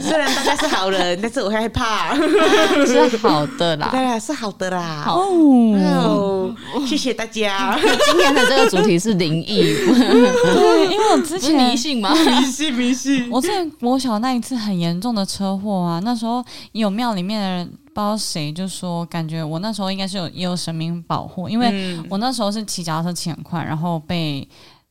Speaker 2: 虽然大家是好人，但是我害怕。
Speaker 3: 是好的
Speaker 2: 当
Speaker 3: 啦。
Speaker 2: 然是好的啦。
Speaker 3: 好
Speaker 2: 哦，谢谢大家。
Speaker 3: 今天的这个主题是灵异，
Speaker 1: 对，因为我之
Speaker 3: 不是
Speaker 1: 前
Speaker 3: 迷信吗？
Speaker 2: 迷信迷信，
Speaker 1: 我之前国小那一次很严重的车祸啊，那时候有庙里面的人，不知道谁就说，感觉我那时候应该是有也有神明保护，因为
Speaker 2: 嗯
Speaker 1: 我那时候是骑脚踏车骑很快，然后被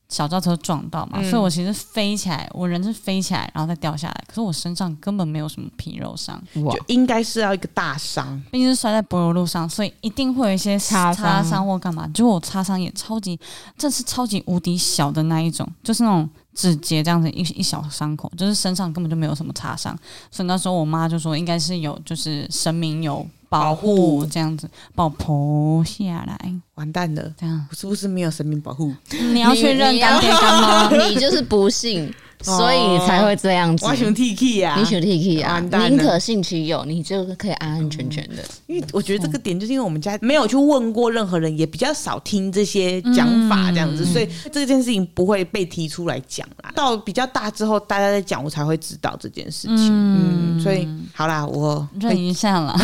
Speaker 1: 小轿车撞到嘛，
Speaker 2: 嗯
Speaker 1: 所以我其实飞起来，我人是飞起来，然后再掉下来，可是我身上根本没有什么皮肉伤，
Speaker 3: 哇
Speaker 2: 就应该是要一个大伤。
Speaker 1: 毕竟是摔在柏油路上，所以一定会有一些
Speaker 3: 擦
Speaker 1: 擦
Speaker 3: 伤
Speaker 1: 伤或干嘛。结果我擦伤也超级，这是超级无敌小的那一种，就是那种指节这样子一一小伤口，就是身上根本就没有什么擦伤。所以那时候我妈就说，应该是有就是神明有保
Speaker 2: 保
Speaker 1: 护
Speaker 2: 护
Speaker 1: 这样子，把我剖下来
Speaker 2: 完蛋了，
Speaker 1: 这 样。
Speaker 2: 我是不是没有神明保护？
Speaker 1: 你要去认干爹干妈，
Speaker 3: 你就是不信，所以你才会这样子
Speaker 2: 我。喜欢 T K 呀
Speaker 3: 你，选 T K 啊，
Speaker 2: 完蛋了
Speaker 3: 宁可信其有，你就可以安安全全的。
Speaker 2: 因为我觉得这个点就是因为我们家没有去问过任何人，也比较少听这些讲法这样子，所以这件事情不会被提出来讲啦。到比较大之后，大家在讲，我才会知道这件事情。嗯，所以好啦，我
Speaker 1: 认一下啦。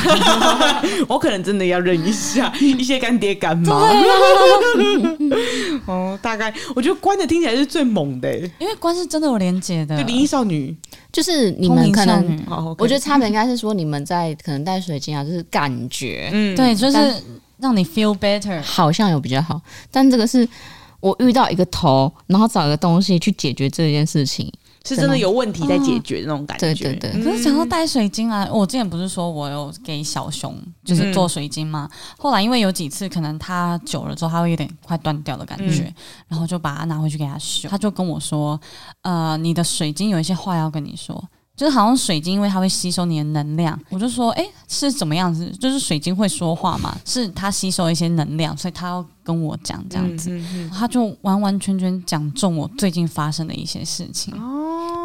Speaker 2: 我可能真的要认一 下一些干爹干妈。哦，大概我觉得关的听起来是最猛的、欸，
Speaker 1: 因为关是真的有连结的
Speaker 2: 就，灵异少女。
Speaker 3: 就是你
Speaker 1: 通
Speaker 3: 们
Speaker 1: 灵
Speaker 3: 可
Speaker 1: 少
Speaker 3: 能，
Speaker 1: 女，
Speaker 2: 哦，
Speaker 3: 我觉得
Speaker 2: 得
Speaker 3: 差别应该是说你们在可能带水晶啊，就是感觉
Speaker 2: 嗯，
Speaker 1: 对，就是
Speaker 3: 但
Speaker 1: 让你 feel better。
Speaker 3: 好像有比较好，但这个是我遇到一个头，然后找一个东西去解决这件事情。
Speaker 2: 是真的嗯有问题在解决那种感觉。
Speaker 3: 对对对，
Speaker 1: 可是讲到带水晶啊，我之前不是说我有给小熊就是做水晶吗？后来因为有几次可能它久了之后，它会有点快断掉的感觉，然后就把它拿回去给它修。他就跟我说，呃，你的水晶有一些话要跟你说。就是好像水晶，因为它会吸收你的能量，我就说，诶，是怎么样子？就是水晶会说话嘛，是它吸收一些能量，所以它要跟我讲
Speaker 2: 嗯
Speaker 1: 这样子。他就完完全全讲中我最近发生的一些事情。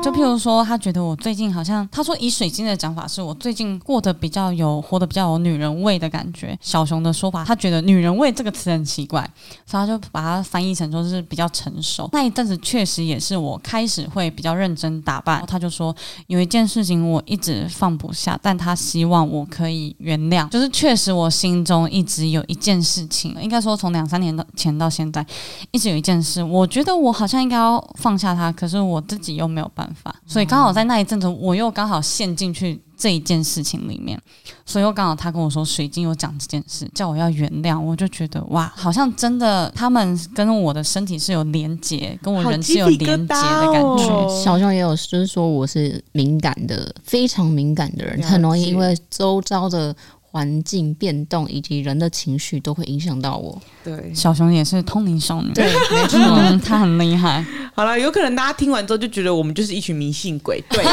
Speaker 1: 就譬如说，他觉得我最近好像，他说以水晶的讲法是我最近过得比较有，活得比较有女人味的感觉。小熊的说法，他觉得女人味这个词很奇怪，所以他就把它翻译成说是比较成熟。那一阵子确实也是我开始会比较认真打扮。他就说有一件事情我一直放不下，但他希望我可以原谅。就是确实我心中一直有一件事情，应该说从两三年到前到现在，一直有一件事，我觉得我好像应该要放下它，可是我自己又没有办法，所以刚
Speaker 2: 嗯
Speaker 1: 好在那一阵子，我又刚好陷进去这一件事情里面，所以又刚好他跟我说水晶有讲这件事，叫我要原谅，我就觉得哇，好像真的他们跟我的身体是有连结，跟我人是有连结的感
Speaker 2: 好鸡皮疙瘩
Speaker 1: 觉。
Speaker 2: 哦
Speaker 3: 小熊也有，就是说我是敏感的，非常敏感的人，
Speaker 2: 了解
Speaker 3: 很容易因为周遭的环境变动以及人的情绪都会影响到我。
Speaker 2: 对。
Speaker 1: 小熊也是通灵少女，
Speaker 3: 对，没 错。
Speaker 1: 嗯，她很厉害。
Speaker 2: 好了，有可能大家听完之后就觉得我们就是一群迷信鬼， 对，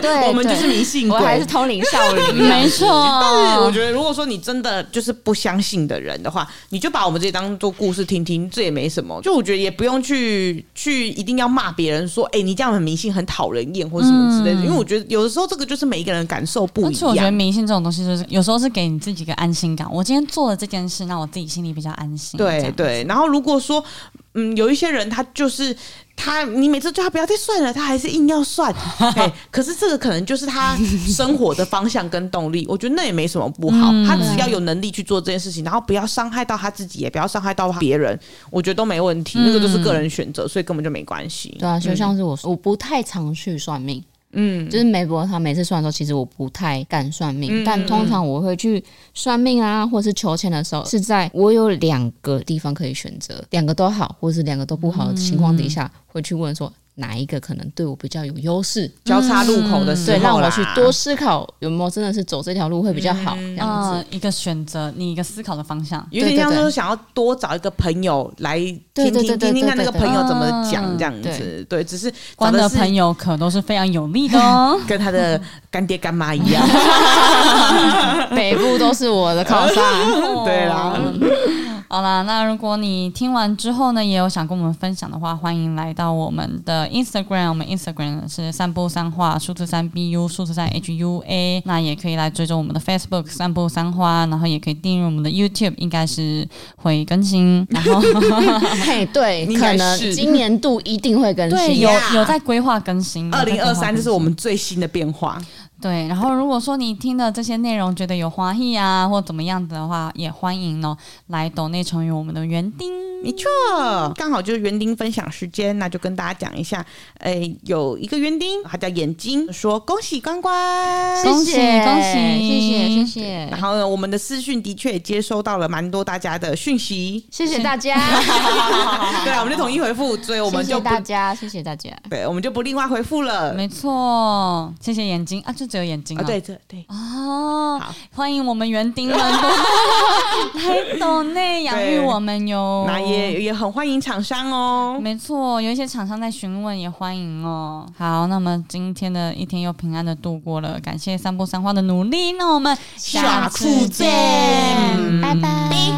Speaker 3: 对
Speaker 2: 我们就是哦迷信鬼。
Speaker 3: 通灵 少女
Speaker 1: 没错，
Speaker 2: 啊但是我觉得，如果说你真的就是不相信的人的话，你就把我们这些当做故事听听，这也没什么。就我觉得也不用去去一定要骂别人说，哎、你这样很迷信，很讨人厌或什么之类的。因为我觉得有的时候这个就是每一个人感受不
Speaker 1: 而
Speaker 2: 一
Speaker 1: 且我觉得
Speaker 2: 样。
Speaker 1: 迷信这种东西，就是有时候是给你自己一个安心感。我今天做了这件事，让我自己心里比较安心。这
Speaker 2: 对
Speaker 1: 样，
Speaker 2: 对，然后如果说，嗯，有一些人他就是他，你每次叫他不要再算了，他还是硬要 算，哎，可是这个可能就是他生活的方向跟动力，我觉得那也没什么不好，
Speaker 3: 嗯
Speaker 2: 他
Speaker 3: 啊
Speaker 2: 只要有能力去做这件事情，然后不要伤害到他自己，也不要伤害到别人，我觉得都没问题，那个就是个人选择，所以根本就没关系。
Speaker 3: 嗯对啊，就像是我，我不太常去算命，
Speaker 2: 嗯，
Speaker 3: 就是梅博他每次算的时候，其实我不太敢算命，
Speaker 2: 嗯
Speaker 3: 但通常我会去算命啊，或是求签的时候，是在我有两个地方可以选择，两个都好，或是两个都不好的情况
Speaker 2: 嗯
Speaker 3: 底下，会去问说哪一个可能对我比较有优势，
Speaker 2: 交叉路口的时
Speaker 3: 嗯对，让
Speaker 2: 候啦，
Speaker 3: 我去多思考有没有真的是走这条路会比较好，这样子。
Speaker 1: 嗯，一个选择，你一个思考的方向。
Speaker 2: 有点
Speaker 3: 对对
Speaker 2: 像
Speaker 3: 对
Speaker 2: 说想要多找一个朋友来
Speaker 3: 对
Speaker 2: 听
Speaker 3: 对
Speaker 2: 听
Speaker 3: 对对
Speaker 2: 听听看那
Speaker 3: 对
Speaker 2: 个
Speaker 3: 对嗯
Speaker 2: 朋友怎么
Speaker 1: 对
Speaker 2: 讲这样子
Speaker 3: 对，
Speaker 2: 对，只是找
Speaker 1: 关的
Speaker 2: 是。
Speaker 1: 朋友可都是非常有利的哦
Speaker 2: 跟他的干爹干妈一 样。
Speaker 3: 哦北部都是我的靠山。
Speaker 2: 对啦，
Speaker 1: 哦 好啦，那如果你听完之后呢，也有想跟我们分享的话，欢迎来到我们的 Instagram，我们 Instagram 是散步三话数字三 bu 数字三 hua，那也可以来追踪我们的 Facebook 散步三花，然后也可以订阅我们的 YouTube，应该是会更新，然 后
Speaker 3: 嘿，对，
Speaker 2: 应
Speaker 3: 可
Speaker 2: 该
Speaker 3: 能
Speaker 2: 是
Speaker 3: 今年度一定会更
Speaker 1: 对
Speaker 3: 新。
Speaker 1: 有
Speaker 2: 呀
Speaker 1: 有在规划更新，
Speaker 2: 二零二 三
Speaker 1: 2023
Speaker 2: 这是我们最新的变化，
Speaker 1: 对，然后如果说你听的这些内容觉得有欢喜啊，或怎么样的话，也欢迎哦来抖内成为我们的园丁。
Speaker 2: 没错， 刚好就是园丁分享时间，那就跟大家讲一下，哎，有一个园丁，他叫眼睛，说恭喜关关，
Speaker 1: 恭喜恭喜
Speaker 3: 谢谢谢谢，
Speaker 2: 然后呢，我们的私讯的确也接收到了蛮多大家的讯息
Speaker 3: 谢谢大 家，
Speaker 2: 对啊，我们就统一回复，所以我们
Speaker 3: 谢谢
Speaker 2: 就不
Speaker 3: 大家，谢谢大家。
Speaker 2: 对，我们就不另外回复了。
Speaker 1: 没错，谢谢眼睛啊，就只有眼睛
Speaker 2: 啊，
Speaker 1: 哦
Speaker 2: 对对对，
Speaker 1: 哦
Speaker 2: 好，
Speaker 1: 欢迎我们园丁们来抖内养育我们哟。
Speaker 2: 那也也很欢迎厂商哦。
Speaker 1: 没错，有一些厂商在询问，也欢迎哦。好，那么今天的一天又平安的度过了，感谢三步三花的努力，那我们
Speaker 2: 下次见
Speaker 3: 嗯拜拜。
Speaker 2: 嗯